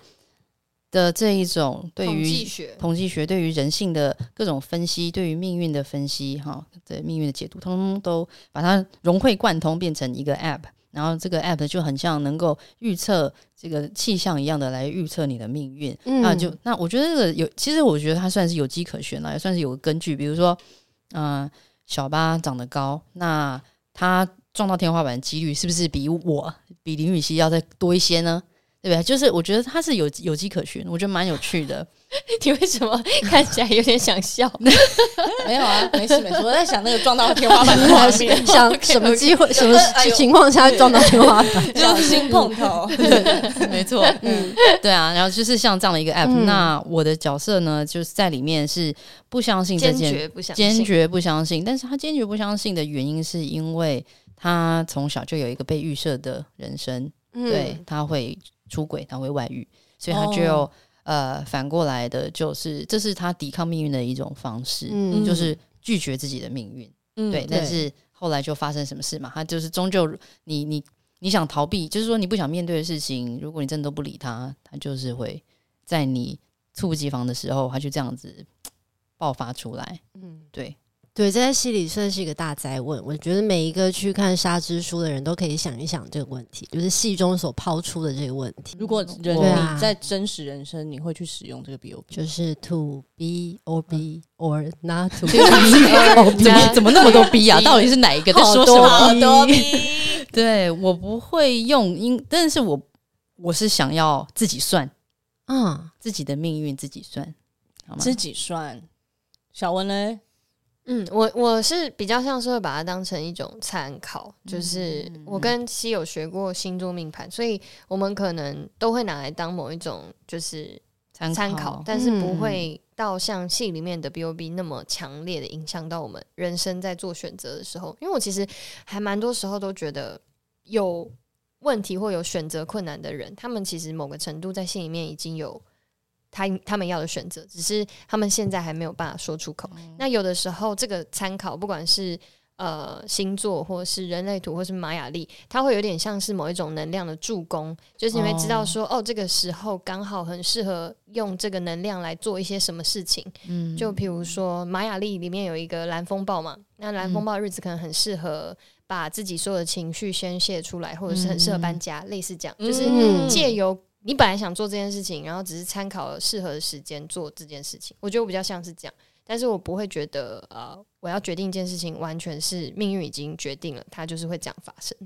的这一种对统于计学，统计学对于人性的各种分析，对于命运的分析，哈，对命运的解读，通通都把它融会贯通，变成一个 App。然后这个 App 就很像能够预测这个气象一样的来预测你的命运。嗯那啊就那我觉得这个有，其实我觉得它算是有迹可循了，也算是有个根据。比如说，嗯、小巴长得高，那他撞到天花板的几率是不是比我比林雨熙要再多一些呢？对不对？就是我觉得它是有有迹可循，我觉得蛮有趣 的。你为什么看起来有点想笑？没有啊， 没事没事，我在想那个撞到天花板的画 面，想什么机会、什么哎呦情况下会撞到天花板？小心碰头。没错，嗯， 对啊，然后就是像这样的一个 app，、嗯那我的角色呢，就是在里面是不相信这坚件，决不相坚信，决不相信，但是他坚决不相信的原因是因为他从小就有一个被预设的人生，嗯对，他会出轨，他会外遇，所以他哦就、呃反过来的，就是这是他抵抗命运的一种方式，嗯就是拒绝自己的命运。嗯对，但是后来就发生什么事嘛？他就是终究你你你想逃避，就是说你不想面对的事情，如果你真的都不理他，他就是会在你猝不及防的时候，他就这样子爆发出来。嗯， 对，对，这在戏里算是一个大灾问。我觉得每一个去看《沙之书》的人都可以想一想这个问题，就是戏中所抛出的这个问题，如果人对啊你在真实人生，你会去使用这个 BOB？ 就是 to be or be or not to 这 be。个怎么怎么那么多逼啊？到底是哪一个在说什好么？多 B，对我不会用，因但是我我是想要自己算 嗯，自己的命运，自己算好吗？自己算。小文呢？嗯，我我是比较像是会把它当成一种参考，就是我跟西有学过星座命盘，所以我们可能都会拿来当某一种就是参参考考，，嗯但是不会到像戏里面的 BOB 那么强烈的影响到我们人生在做选择的时候。因为我其实还蛮多时候都觉得有问题或有选择困难的人，他们其实某个程度在心里面已经有他他们要的选择，只是他们现在还没有办法说出口。那有的时候这个参考，不管是呃星座，或是人类图，或是玛雅历，它会有点像是某一种能量的助攻，就是你会知道说，哦这个时候刚好很适合用这个能量来做一些什么事情。嗯就譬如说玛雅历里面有一个蓝风暴嘛，那嗯蓝风暴的日子可能很适合把自己所有的情绪宣泄出来，或者是很适合搬家，类似这样，就是嗯借由你本来想做这件事情，然后只是参考了适合的时间做这件事情。我觉得我比较像是这样，但是我不会觉得呃，我要决定一件事情，完全是命运已经决定了，它就是会这样发生。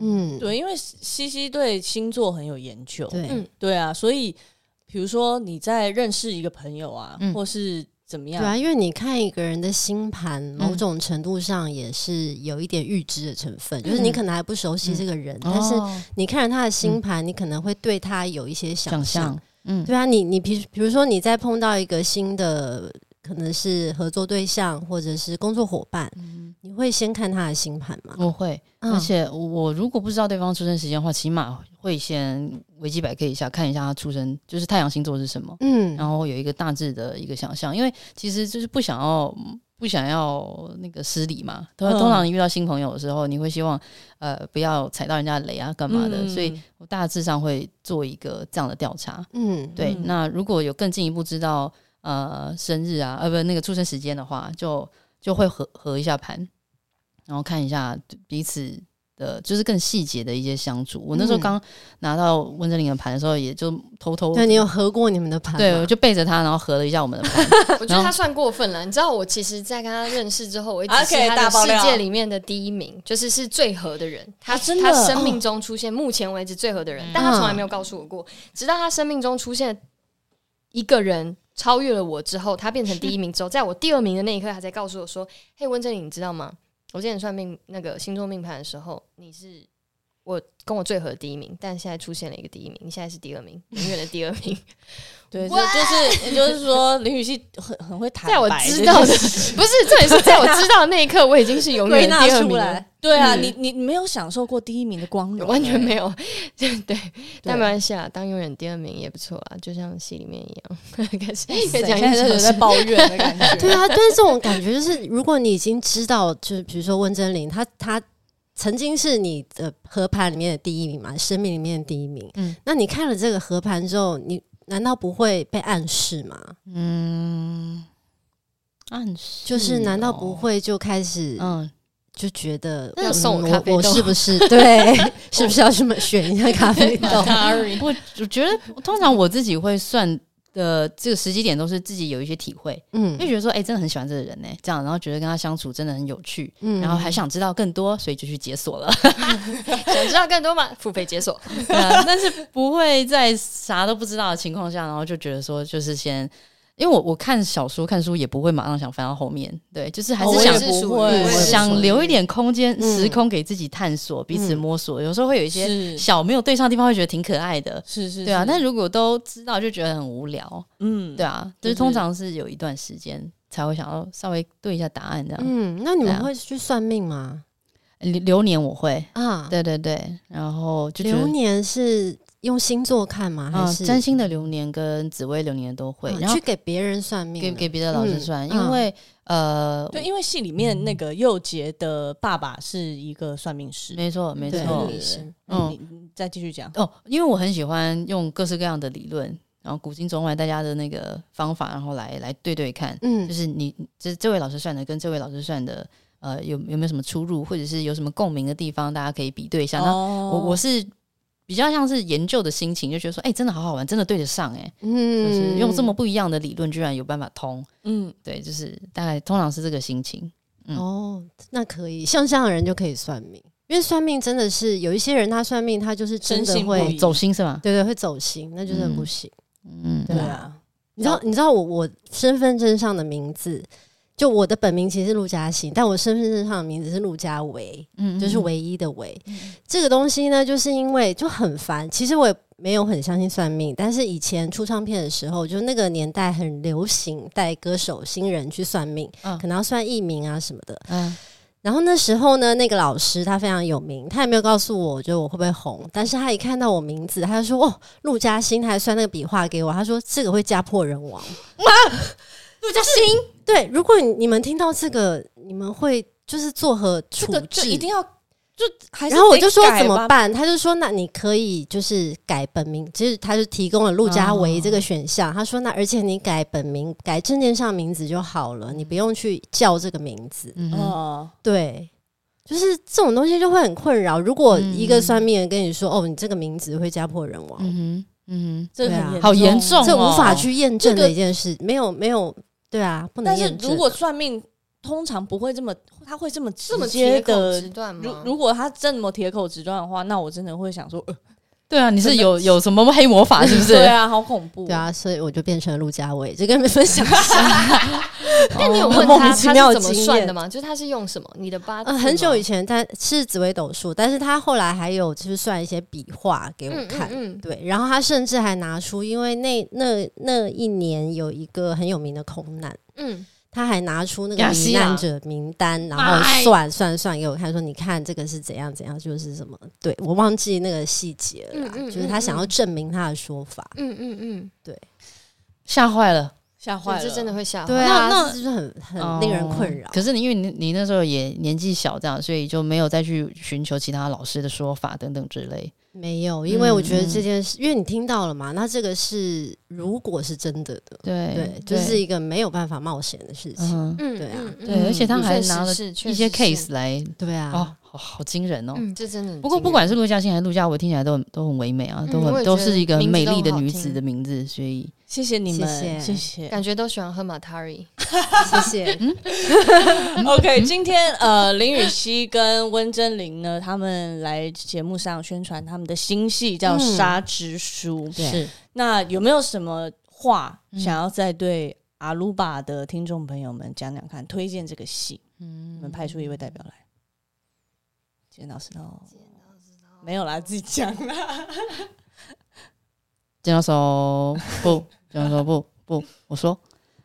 嗯，对，因为西西对星座很有研究，对，嗯对啊，所以比如说你在认识一个朋友啊，嗯或是怎么对样，啊，因为你看一个人的星盘，某种程度上也是有一点预知的成分，就是你可能还不熟悉这个人，但是哦你看了他的星盘，你可能会对他有一些嗯想想象象。，嗯，对啊，你你比比如说你在碰到一个新的可能是合作对象或者是工作伙伴，你会先看他的星盘吗？我会。而嗯且我如果不知道对方出生时间的话，起码会先维基百科一下，看一下他出生就是太阳星座是什么，嗯，然后有一个大致的一个想象。因为其实就是不想要不想要那个失礼嘛。通嗯通常你遇到新朋友的时候，你会希望呃不要踩到人家的雷啊干嘛的，嗯所以我大致上会做一个这样的调查。嗯，对，嗯那如果有更进一步知道呃生日啊，呃不那个出生时间的话，就就会合合一下盘，然后看一下彼此的，就是更细节的一些相处。我那时候嗯刚拿到温振林的盘的时候，也就偷偷那你有合过你们的盘吗？对，我就背着他，然后合了一下我们的盘。我觉得他算过分了。你知道，我其实，在跟他认识之后，我一直啊 OK，是他大的爆料世界里面的第一名，就是是最合的人。他、啊真的他生命中出现目前为止最合的人，嗯但他从来没有告诉我过，直到他生命中出现一个人。超越了我之后，他变成第一名之后，在我第二名的那一刻，他才告诉我说：“嘿，温正理，你知道吗？我之前算命那个星座命盘的时候，你是我跟我最合的第一名，但现在出现了一个第一名，你现在是第二名，永远的第二名。”对，这就是也就是说，林雨熙很很会坦白，在我知道的，不是，这也是在我知道的那一刻，我已经是永归远的纳第二出名来了，。对啊，嗯你你你没有享受过第一名的光荣，完全没有。有。对对，对但没关系啊，当永远第二名也不错啊，就像戏里面一样。开始越现讲在越就小有在心。抱怨的感觉。 对啊，但是这种感觉就是，如果你已经知道，就是比如说温真菱，她她曾经是你的合盘里面的第一名嘛，生命里面的第一名。嗯嗯，那你看了这个合盘之后，你难道不会被暗示吗？ 嗯，暗示就是难道不哦？会就开始嗯，就觉得那嗯送我咖啡我豆是不是 对？ 是不是要去选一下咖啡豆？ Sorry，我我觉得通常我自己会算的这个时机点都是自己有一些体会，嗯就觉得说，哎、真的很喜欢这个人呢、这样，然后觉得跟他相处真的很有趣，嗯然后还想知道更多，所以就去解锁了。想知道更多吗？付费解锁。 对 啊但是不会在啥都不知道的情况下，然后就觉得说，就是先。因为我我看小说看书也不会马上想翻到后面，对，就是还哦是我也想不会我也是想留一点空间、嗯时空给自己探索、彼此摸索。有时候会有一些是小没有对上的地方，会觉得挺可爱的，是是，对啊。但是如果都知道，就觉得很无聊，嗯对，啊。就就是是通常是有一段时间才会想要稍微对一下答案这样。嗯，那你对们啊会去算命吗？流流年我会，啊，对对对，然后就觉流得年是用星座看吗？还啊，是占星的流年跟紫微流年都会，嗯然后去给别人算命给呢？给别的老师嗯算，嗯因为呃，对，因为戏里面那个佑杰的爸爸是一个算命师，没错没对错对，嗯嗯，你你再继续讲，哦，因为我很喜欢用各式各样的理论，然后古今中外大家的那个方法，然后来来对对看，嗯就是你这这位老师算的跟这位老师算的，呃，有有没有什么出入，或者是有什么共鸣的地方，大家可以比对一下。那哦我我是。比较像是研究的心情，就觉得说，哎、真的好好玩，真的对得上、哎、嗯就是用这么不一样的理论，居然有办法通，嗯，对，就是大概通常是这个心情。嗯哦，那可以，像这样的人就可以算命，因为算命真的是有一些人他算命，他就是真深的信不会，疑走心是吗？对对，会走心，那就是很不行。嗯，对啊，你知道早，你知道我我身份证上的名字，就我的本名其实是陆嘉欣，但我身份证上的名字是陆嘉维，嗯就是唯一的唯。这个东西呢，就是因为就很烦。其实我也没有很相信算命，但是以前出唱片的时候，就那个年代很流行带歌手新人去算命，嗯可能要算艺名啊什么的。嗯然后那时候呢，那个老师他非常有名，他也没有告诉我，就我会不会红，但是他一看到我名字，他就说：“哦，陆嘉欣。”他还算那个笔画给我，他说：“这个会家破人 亡。”陆嘉欣，对，如果你们听到这个，你们会就是作何这处个就置？一定要就还是然后我得就说改怎么吧？办？他就说那你可以就是改本名，其实他就提供了陆家哦维这个选项。他说那而且你改本名，改证件上名字就好了，你不用去叫这个名字。嗯哼哦，对，就是这种东西就会很困扰。如果一个嗯算命人跟你说哦，你这个名字会家破人亡，嗯哼嗯这个对啊很好严重这无法哦去验证这的个一件事，没有没有，对啊，不能但是验证。如果算命，通常不会这么，他会这么直这么接铁口的直。断如吗？如果他这么铁口直断的话，那我真的会想说，呃哼，对啊，你是真的有有什么黑魔法是不是？对啊，好恐怖。对，啊，所以我就变成了陆家伟，就跟你们分享一下。但你有问莫他名他其妙是的怎么经算验的吗？就是他是用什么？你的八字呃，吗很久以前，但是紫微斗数，但是他后来还有就是算一些笔画给我嗯看。嗯对，然后他甚至还拿出，因为那那那一年有一个很有名的空难，嗯他还拿出那雅个西罹亚难者名单，然后哎算算算给我看，说你看这个是怎样怎样，就是什么？对我忘记那个细节了啦，嗯嗯就是他想要证明他的说法。嗯嗯嗯吓坏了，吓嗯，坏这了，真的会吓对坏。那啊，那这就是很很令人困扰哦。可是你因为你你那时候也年纪小，这样，所以就没有再去寻求其他老师的说法等等之类。没有，因为我觉得嗯这件事，因为你听到了嘛，那这个是如果是真的的，对对，就是一个没有办法冒险的事情。嗯哼，嗯对啊嗯嗯对而且他的还确拿是了是确一些实是 case 来对啊，哦，好好惊人哦。嗯，这真的很惊人。不过不管是陆嘉欣还是陆嘉文，听起来都很都很唯美啊，嗯都我很也都觉得是一个很美丽的女名字都很好子听的名字，所以谢谢你们，谢谢谢谢。感觉都喜欢喝马塔瑞，谢谢。 OK，今天呃，林雨熙跟温真菱呢，他们来节目上宣传他们的新戏叫嗯《沙之书》嗯对是那有没有什么话想要再对阿鲁巴的听众朋友们讲讲看？推荐这个戏，嗯，你们派出一位代表来。剪刀石头，没有啦，自己讲啦。剪刀手不，剪刀手不不，我说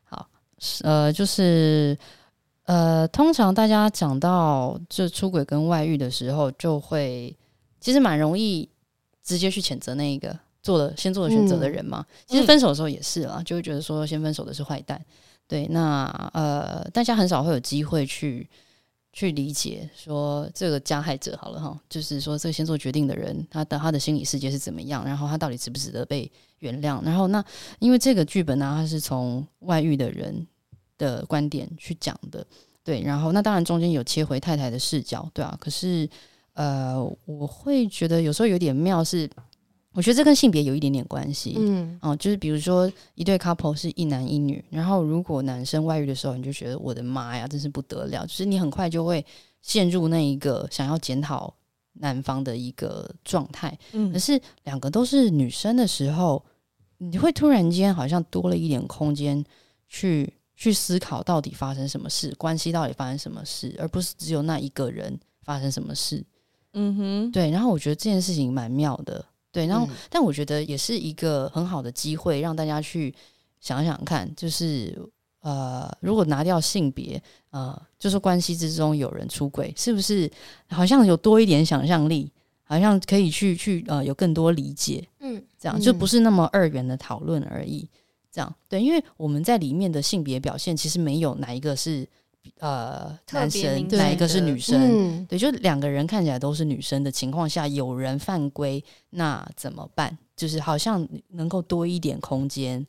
好，是呃，就是呃，通常大家讲到这出轨跟外遇的时候，就会其实蛮容易直接去谴责那一个做了先做了选择的人嘛。其实分手的时候也是啊，就会觉得说先分手的是坏蛋。对，那呃，大家很少会有机会去去理解说这个加害者好了哈，就是说这个先做决定的人，他的他的心理世界是怎么样，然后他到底值不值得被原谅？然后那因为这个剧本呢、它是从外遇的人的观点去讲的，对，然后那当然中间有切回太太的视角，对啊，可是呃，我会觉得有时候有点妙是，我觉得这跟性别有一点点关系，嗯，哦，就是比如说一对 couple 是一男一女，然后如果男生外遇的时候，你就觉得我的妈呀，真是不得了，就是你很快就会陷入那一个想要检讨男方的一个状态。嗯可是两个都是女生的时候，你会突然间好像多了一点空间去去思考到底发生什么事，关系到底发生什么事，而不是只有那一个人发生什么事。嗯哼，对，然后我觉得这件事情蛮妙的，对，然后、嗯但我觉得也是一个很好的机会，让大家去想想看，就是呃，如果拿掉性别，呃，就是关系之中有人出轨，是不是好像有多一点想象力，好像可以去去呃有更多理解，嗯，这样就嗯不是那么二元的讨论而已。这样对，因为我们在里面的性别表现其实没有哪一个是呃特男别生，明哪一显个是的女生，嗯，对，就两个人看起来都是女生的情况下，有人犯规，那怎么办？就是好像能够多一点空间。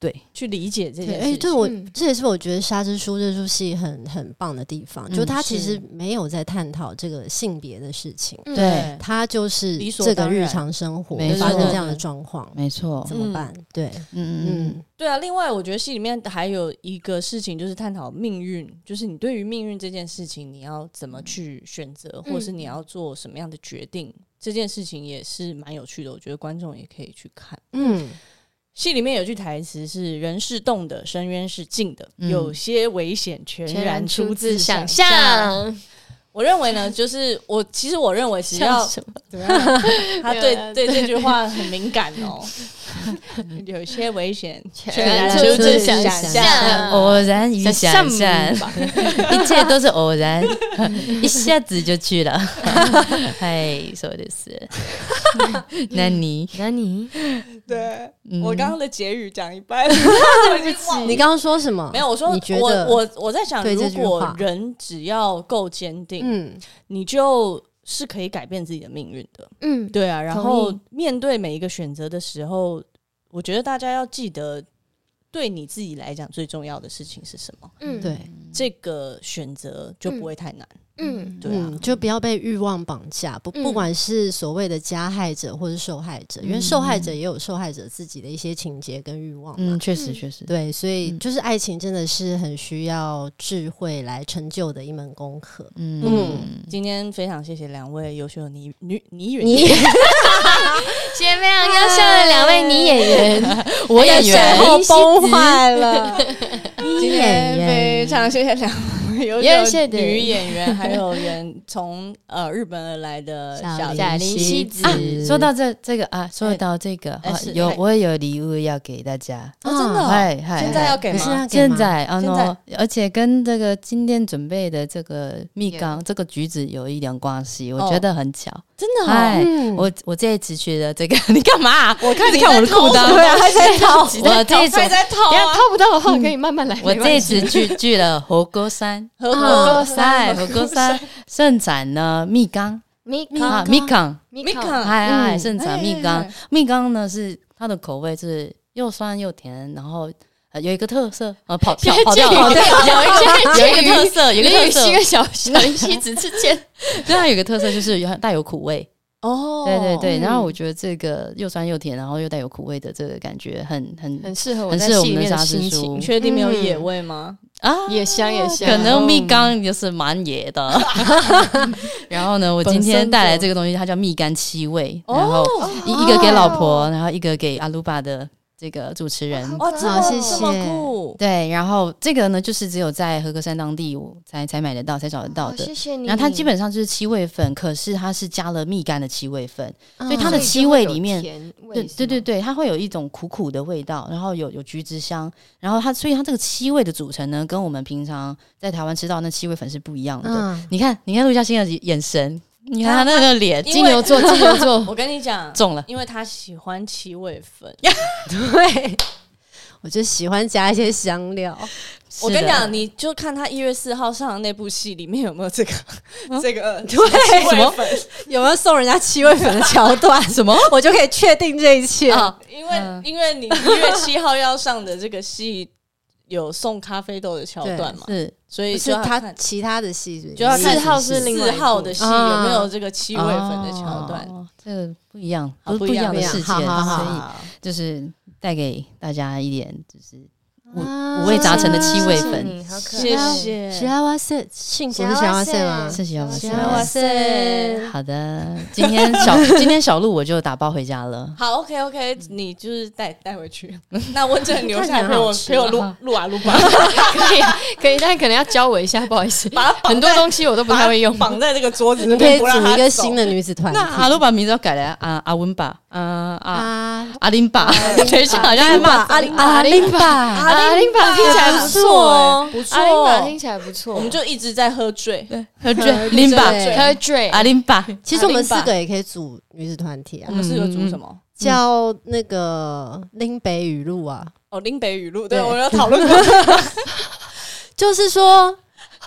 对，去理解这对，件而且事对情。我嗯这也是我觉得《沙之书》这出戏很很棒的地方，就嗯它其是实没有在探讨这个性别的事情，嗯对它就是理所这个当然日常生活没发生错这样的状况，没错。怎么办？对，嗯嗯嗯嗯，对啊，另外我觉得戏里面还有一个事情就是探讨命运，就是你对于命运这件事情，你要怎么嗯去选择，或者是你要做什么样的决定，这件事情也是蛮有趣的。我觉得观众也可以去看。嗯，戏里面有句台词是“人是动的，深渊是静的，嗯有些危险全全然然出出自自想想象”象。我认为呢，就是我其实我认为只要什么？怎么 样他对没有对这句话很敏感哦， 有些危险全然出出自自想想象象。 偶然与想象象，吧， 一切都是偶然， 一下子就去了。 嗨，说的是， 那你那你对嗯我刚刚的结语讲一半，我已经忘了你刚刚说什么？ 没有，我说你觉我得我我在想，对如这句果话人只要够坚定，嗯，你就是可以改变自己的命运的。嗯，对啊，然同后意面对每一个选择的时候，我觉得大家要记得，对你自己来讲最重要的事情是什么，嗯，对，这个选择就不会太难。嗯，对啊嗯，，就不要被欲望绑架，不不嗯管是所谓的加害者或是受害者，因为受害者也有受害者自己的一些情节跟欲望嘛嗯，。确实确实，对，所以嗯就是爱情真的是很需要智慧来成就的一门功课。嗯嗯今天非常谢谢两位优秀的女 女女演你员，谢谢非常优秀的两位女演员，我哎呀演员水后崩坏了。今演天员非常谢谢两位优优秀秀的的女演员，还有人从呃日本而来的小小林小林希子啊，说到这这个啊，说哎到这个，哎啊是有哎我有礼物要给大家，哦真的哦嗨嗨，现在要嗨给你是吗？要给现吗在啊现在喏，而且跟这个今天准备的这个蜜缸这个橘子有一点关系，我哦觉得很巧。真的哦，嗨，嗯我我这一次取的这个， 你干嘛？我看一直你看在我的偷 啊裤什裆，么还在掏 我这一他也次在套等下啊套。不到的话，可以慢慢来。我没关这系次去去了火锅山，合火作锅山，火锅山盛产呢蜜缸啊，蜜哎缸， Mika 嗨嗨，嗯盛产蜜缸。蜜缸呢是它的口味是又酸又甜，然后呃有一个特色，呃，跑跳现在跑掉，介于跑掉， 有一介个于特色，有一个特色是一，个小小林妻子之间，对它有一个特色就是有带有苦味，哦对对对。嗯然后我觉得这个又酸又甜，然后又带有苦味的这个感觉很很很适合我很在适合我戏里们的面的沙心师情。叔你，确定没有嗯野味吗？啊，也香也香，可能蜜嗯柑也是蛮野 的。然后呢，我今本身天就带来这个东西，它叫蜜柑七味，嗯哦然后哦一一个给老婆，然后一个给阿鲁巴的这个主持人。哦，这么好谢这么谢酷，对，然后这个呢，就是只有在合格山当地我才才买得到，才找得到好的。哦谢谢你。然后它基本上就是七味粉，可是它是加了蜜柑的七味粉，所以它的嗯所以就七会味有里面甜味对是对对吗，对，它会有一种苦苦的味道，然后有有橘子香，然后它所以它这个七味的组成呢，跟我们平常在台湾吃到那七味粉是不一样的。嗯，你看，你看陆嘉欣的眼神，你看他那个脸因为金牛座，金牛座，我跟你讲， 中了，因为他喜欢七味粉。 对，我就喜欢加一些香料。 我跟你是讲，的，你就看他一月四号上的那部戏里面有没有这个这个对七什么味粉，有没有送人家七味粉的桥段？什么？ 我就可以确定这一切。啊因为、嗯因为你一月七号要上的这个戏有送咖啡豆的桥段嘛，是所以不就是要他看其他的戏剧，就要看四号是另外四一部号的戏有没有这个七味粉的桥段。哦这个不一样，不啊是不不一一样样的不一样世界，好好好所以就是带给大家一点，就是五啊五味杂陈的七味嗯谢谢粉。你好可爱谢谢，喜拉哇塞，幸福的喜拉哇塞吗？谢谢小谢幸福的哇塞好的，今天小 今天小鹿我就打包回家了。好，OK OK，你就是带带回去。 那温正留下来看起来陪我好吃陪我录录啊录吧，可以啊可以，但可能要教我一下，不好意思，把它绑很多在东西我都不把它太会用。啊绑在这个桌子你那们可以边，不让组一它个走新的女子团那阿体鲁把名字要改了啊，阿文吧，啊啊啊！阿林 吧，等一下好像在骂阿林啊阿林吧，阿林法听起来不错哦，不错阿林法听起来不错。我们就一直在喝醉，喝醉林吧，对喝醉，阿林吧，其实我们四个也可以组女子团体啊我，们是有煮什么？叫那个林北语录啊，哦，林北语录，对对我有讨论过就是说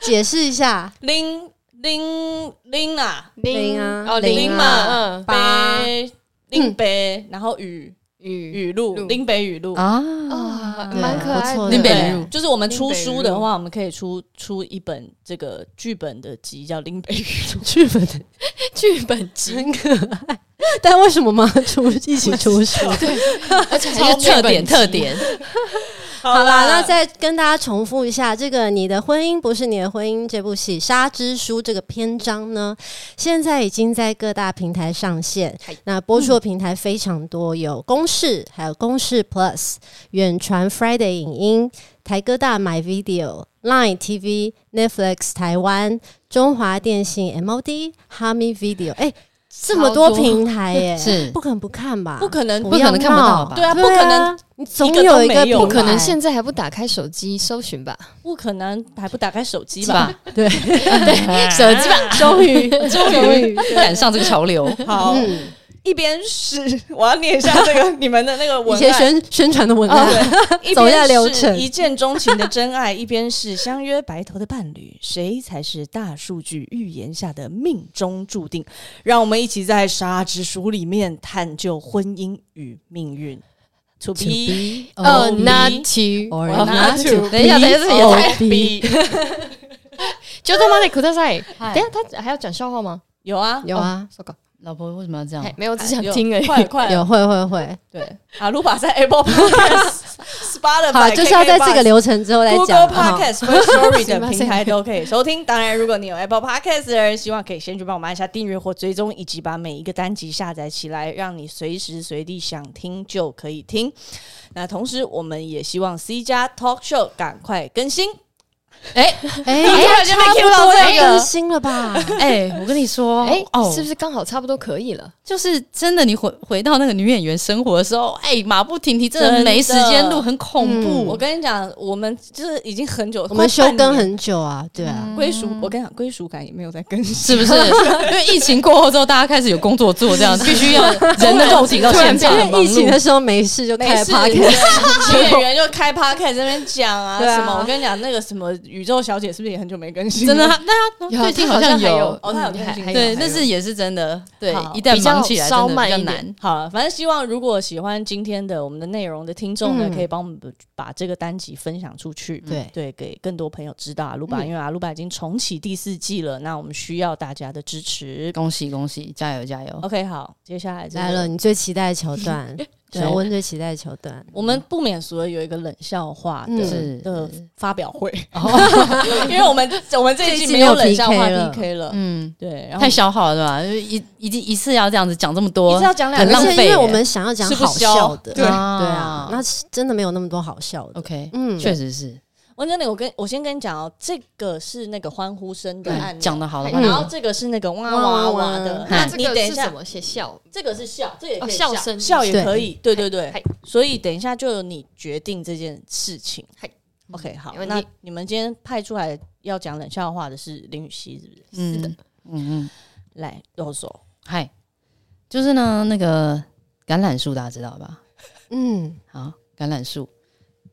解释一下林林林啊，林啊哦林林啊嘛，嗯，八北林北，然后语雨语录，录林北语录。啊，啊，对蛮可爱不错的的。林北对语录就是我们出林北语录书的话，我们可以出出一本这个剧本的集，叫《林北语录》。剧本的剧本 集，很可爱， 但为什么嘛出一起出书？而且超还是剧特本点集特。点，好啦，那再跟大家重复一下，这个《你的婚姻不是你的婚姻》这部戏《沙之书》这个篇章呢，现在已经在各大平台上线嗨。那播出的平台非常多，有公视，还有公视 Plus、远传 Friday 影音、台哥大 My Video、Line TV、Netflix 台湾、中华电信 MOD、哈密 Video，哎、这么多超多平台耶、是不可能不看吧？不可能，不可能看不到吧对啊，不可能，，你总一个都有一个没有不平可能台现在还不打开手机搜寻吧？不可能，还不打开手机是吧？吧？ 手机吧，终 于，终于， 赶上这个潮 流，好，嗯，一边是 我要念一下这个你们的那个一文些案，宣宣传的文啊案， 对，一走边下是流程一见钟情的真爱， 一边是相约白头的伴侣，谁才是大数据预言下的命中注定？让我们一起在《沙之书》里面探究婚姻与命运。To be 哦 or ，not be to， or or not not to 等一下等一下这也太 be 就他妈的苦大赛。嗨等一下他还要讲笑话吗？有啊，有啊，糟糕，老婆为什么要这样哎？没有，我只想有听而已。快快有会会会，对，阿鲁巴在 Apple Podcast、Spotify，好，就是要在这个流程之后再 Google 讲。啊好 Podcast 和 Story 是等吗平台都可以收听。当然，如果你有 Apple Podcast 的人，希望可以先去帮我们按下订阅或追踪，以及把每一个单集下载起来，让你随时随地想听就可以听。那同时，我们也希望 C 加 Talk Show 赶快更新。哎，突然间被 cue 到差不这多个更新了吧？ 哎，我跟你说， 哎，哦是，不是刚好差不多可以了？就是真的，你回回到那个女演员生活的时候，哎，马不停蹄，真真的的没时间录，很恐嗯怖我。跟你讲，我们就是已经很久，我们休快半更年很久啊，对啊，归属。我跟你讲，归属感也没有在更新。是 不是？因为疫情过后之后，大家开始有工作做，这 样必须要人的肉体到现因场很忙为疫情碌。的时候没事就没开事， Podcast，对女演员就开 podcast 在那边讲啊对啊什么。我跟你讲，那个什么宇宙小姐是不是也很久没更 新？啊真的，那有啊最近他好像有，哦他有嗯更新还还对，有但是也是真的，对好，一旦比较忙起来稍真的比慢较一点难。好了，反正希望如果喜欢今天的我们的内容的听众呢，嗯可以帮我们把这个单集分享出去，对对，给更多朋友知道阿鲁巴，因为阿鲁巴已经重启第四季了，那我们需要大家的支持。恭喜恭喜，加油加油！ OK，好，接下来这个哦来了，，你最期待的桥段，对小温最期待的桥段，我们不免俗的有一个冷笑话的、嗯是的发表会，哦， 因为我们我们这一这一季季没有没有冷笑话 PK 了 PK 了，嗯，对，然后太消耗了对吧？就是一一定一次要这样子讲这么一多次，要讲两很个浪而费字，且因为耶我们想要讲吃不好消笑的，对对啊，那是真的没有那么多好笑的。 OK，嗯，确实是王经理，我跟我先跟你讲哦，这个是那个欢呼声的嗯按钮讲的好的嗯话，然后这个是那个哇哇哇的哇哇哇，那你这等个一是什下，么？写笑这个是笑，这也可以哦笑笑声笑也可以，对对嗨对。所以等一下就由你决定这件事情嗨。 OK，好没，问题那你们今天派出来要讲冷笑话的是林雨熙，是不是？嗯嗯嗯。来，右手，嗨，就是呢，那个橄榄树大家知道吧？嗯，好，橄榄树，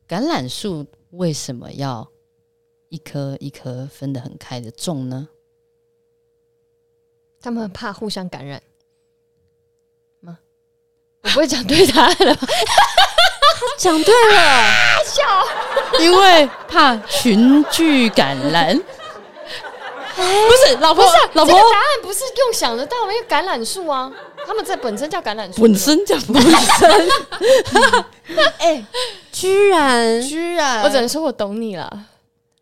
橄榄树为什么要一颗一颗分得很开的种呢？他们很怕互相感染吗？我不会讲对答案了 吧？讲对了，因为怕群聚感染。哦不是老不婆，是啊，老婆这个答案不是用想得到吗？因为橄榄树啊，他们这本身叫橄榄树，本身就 不是哎，居然 居然我只能说我懂你了。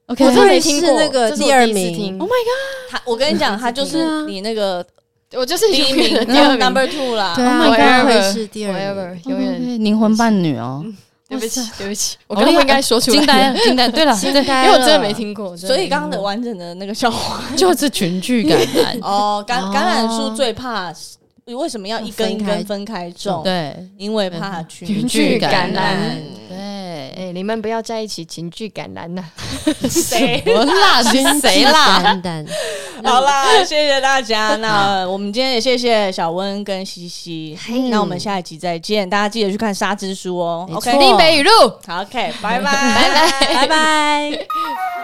OK 我真的没我以为听是过那个这是我第二第一次名听 Oh my god！他，我跟你讲，他就是你那个我就是第一永远名的第二名 number two 啦。对啊， Oh my 我也 God 会是第二名。 ，whatever，永远。啊灵魂伴侣哦，对不起，对不起，我好刚刚厉害不应该说出来，惊呆了，惊呆了。对了，惊对呆因了为我真的没听过。我真的所没以听过刚刚的完整的那个笑话。就是群聚 感染哦，橄哦橄榄树最怕是为什么要一根一分开根分开种？对因为怕群群聚聚感感染染。对，哎，你们不要在一起情绪感染呐。谁？我啦，谁啦？丹丹， 好啦，谢谢大 家。那我们今天也谢谢小温跟西西。那我们下一集再见，大家记得去看《沙之书》哦。没错 OK，林北语录。 好，OK，拜拜，拜拜，拜拜。拜。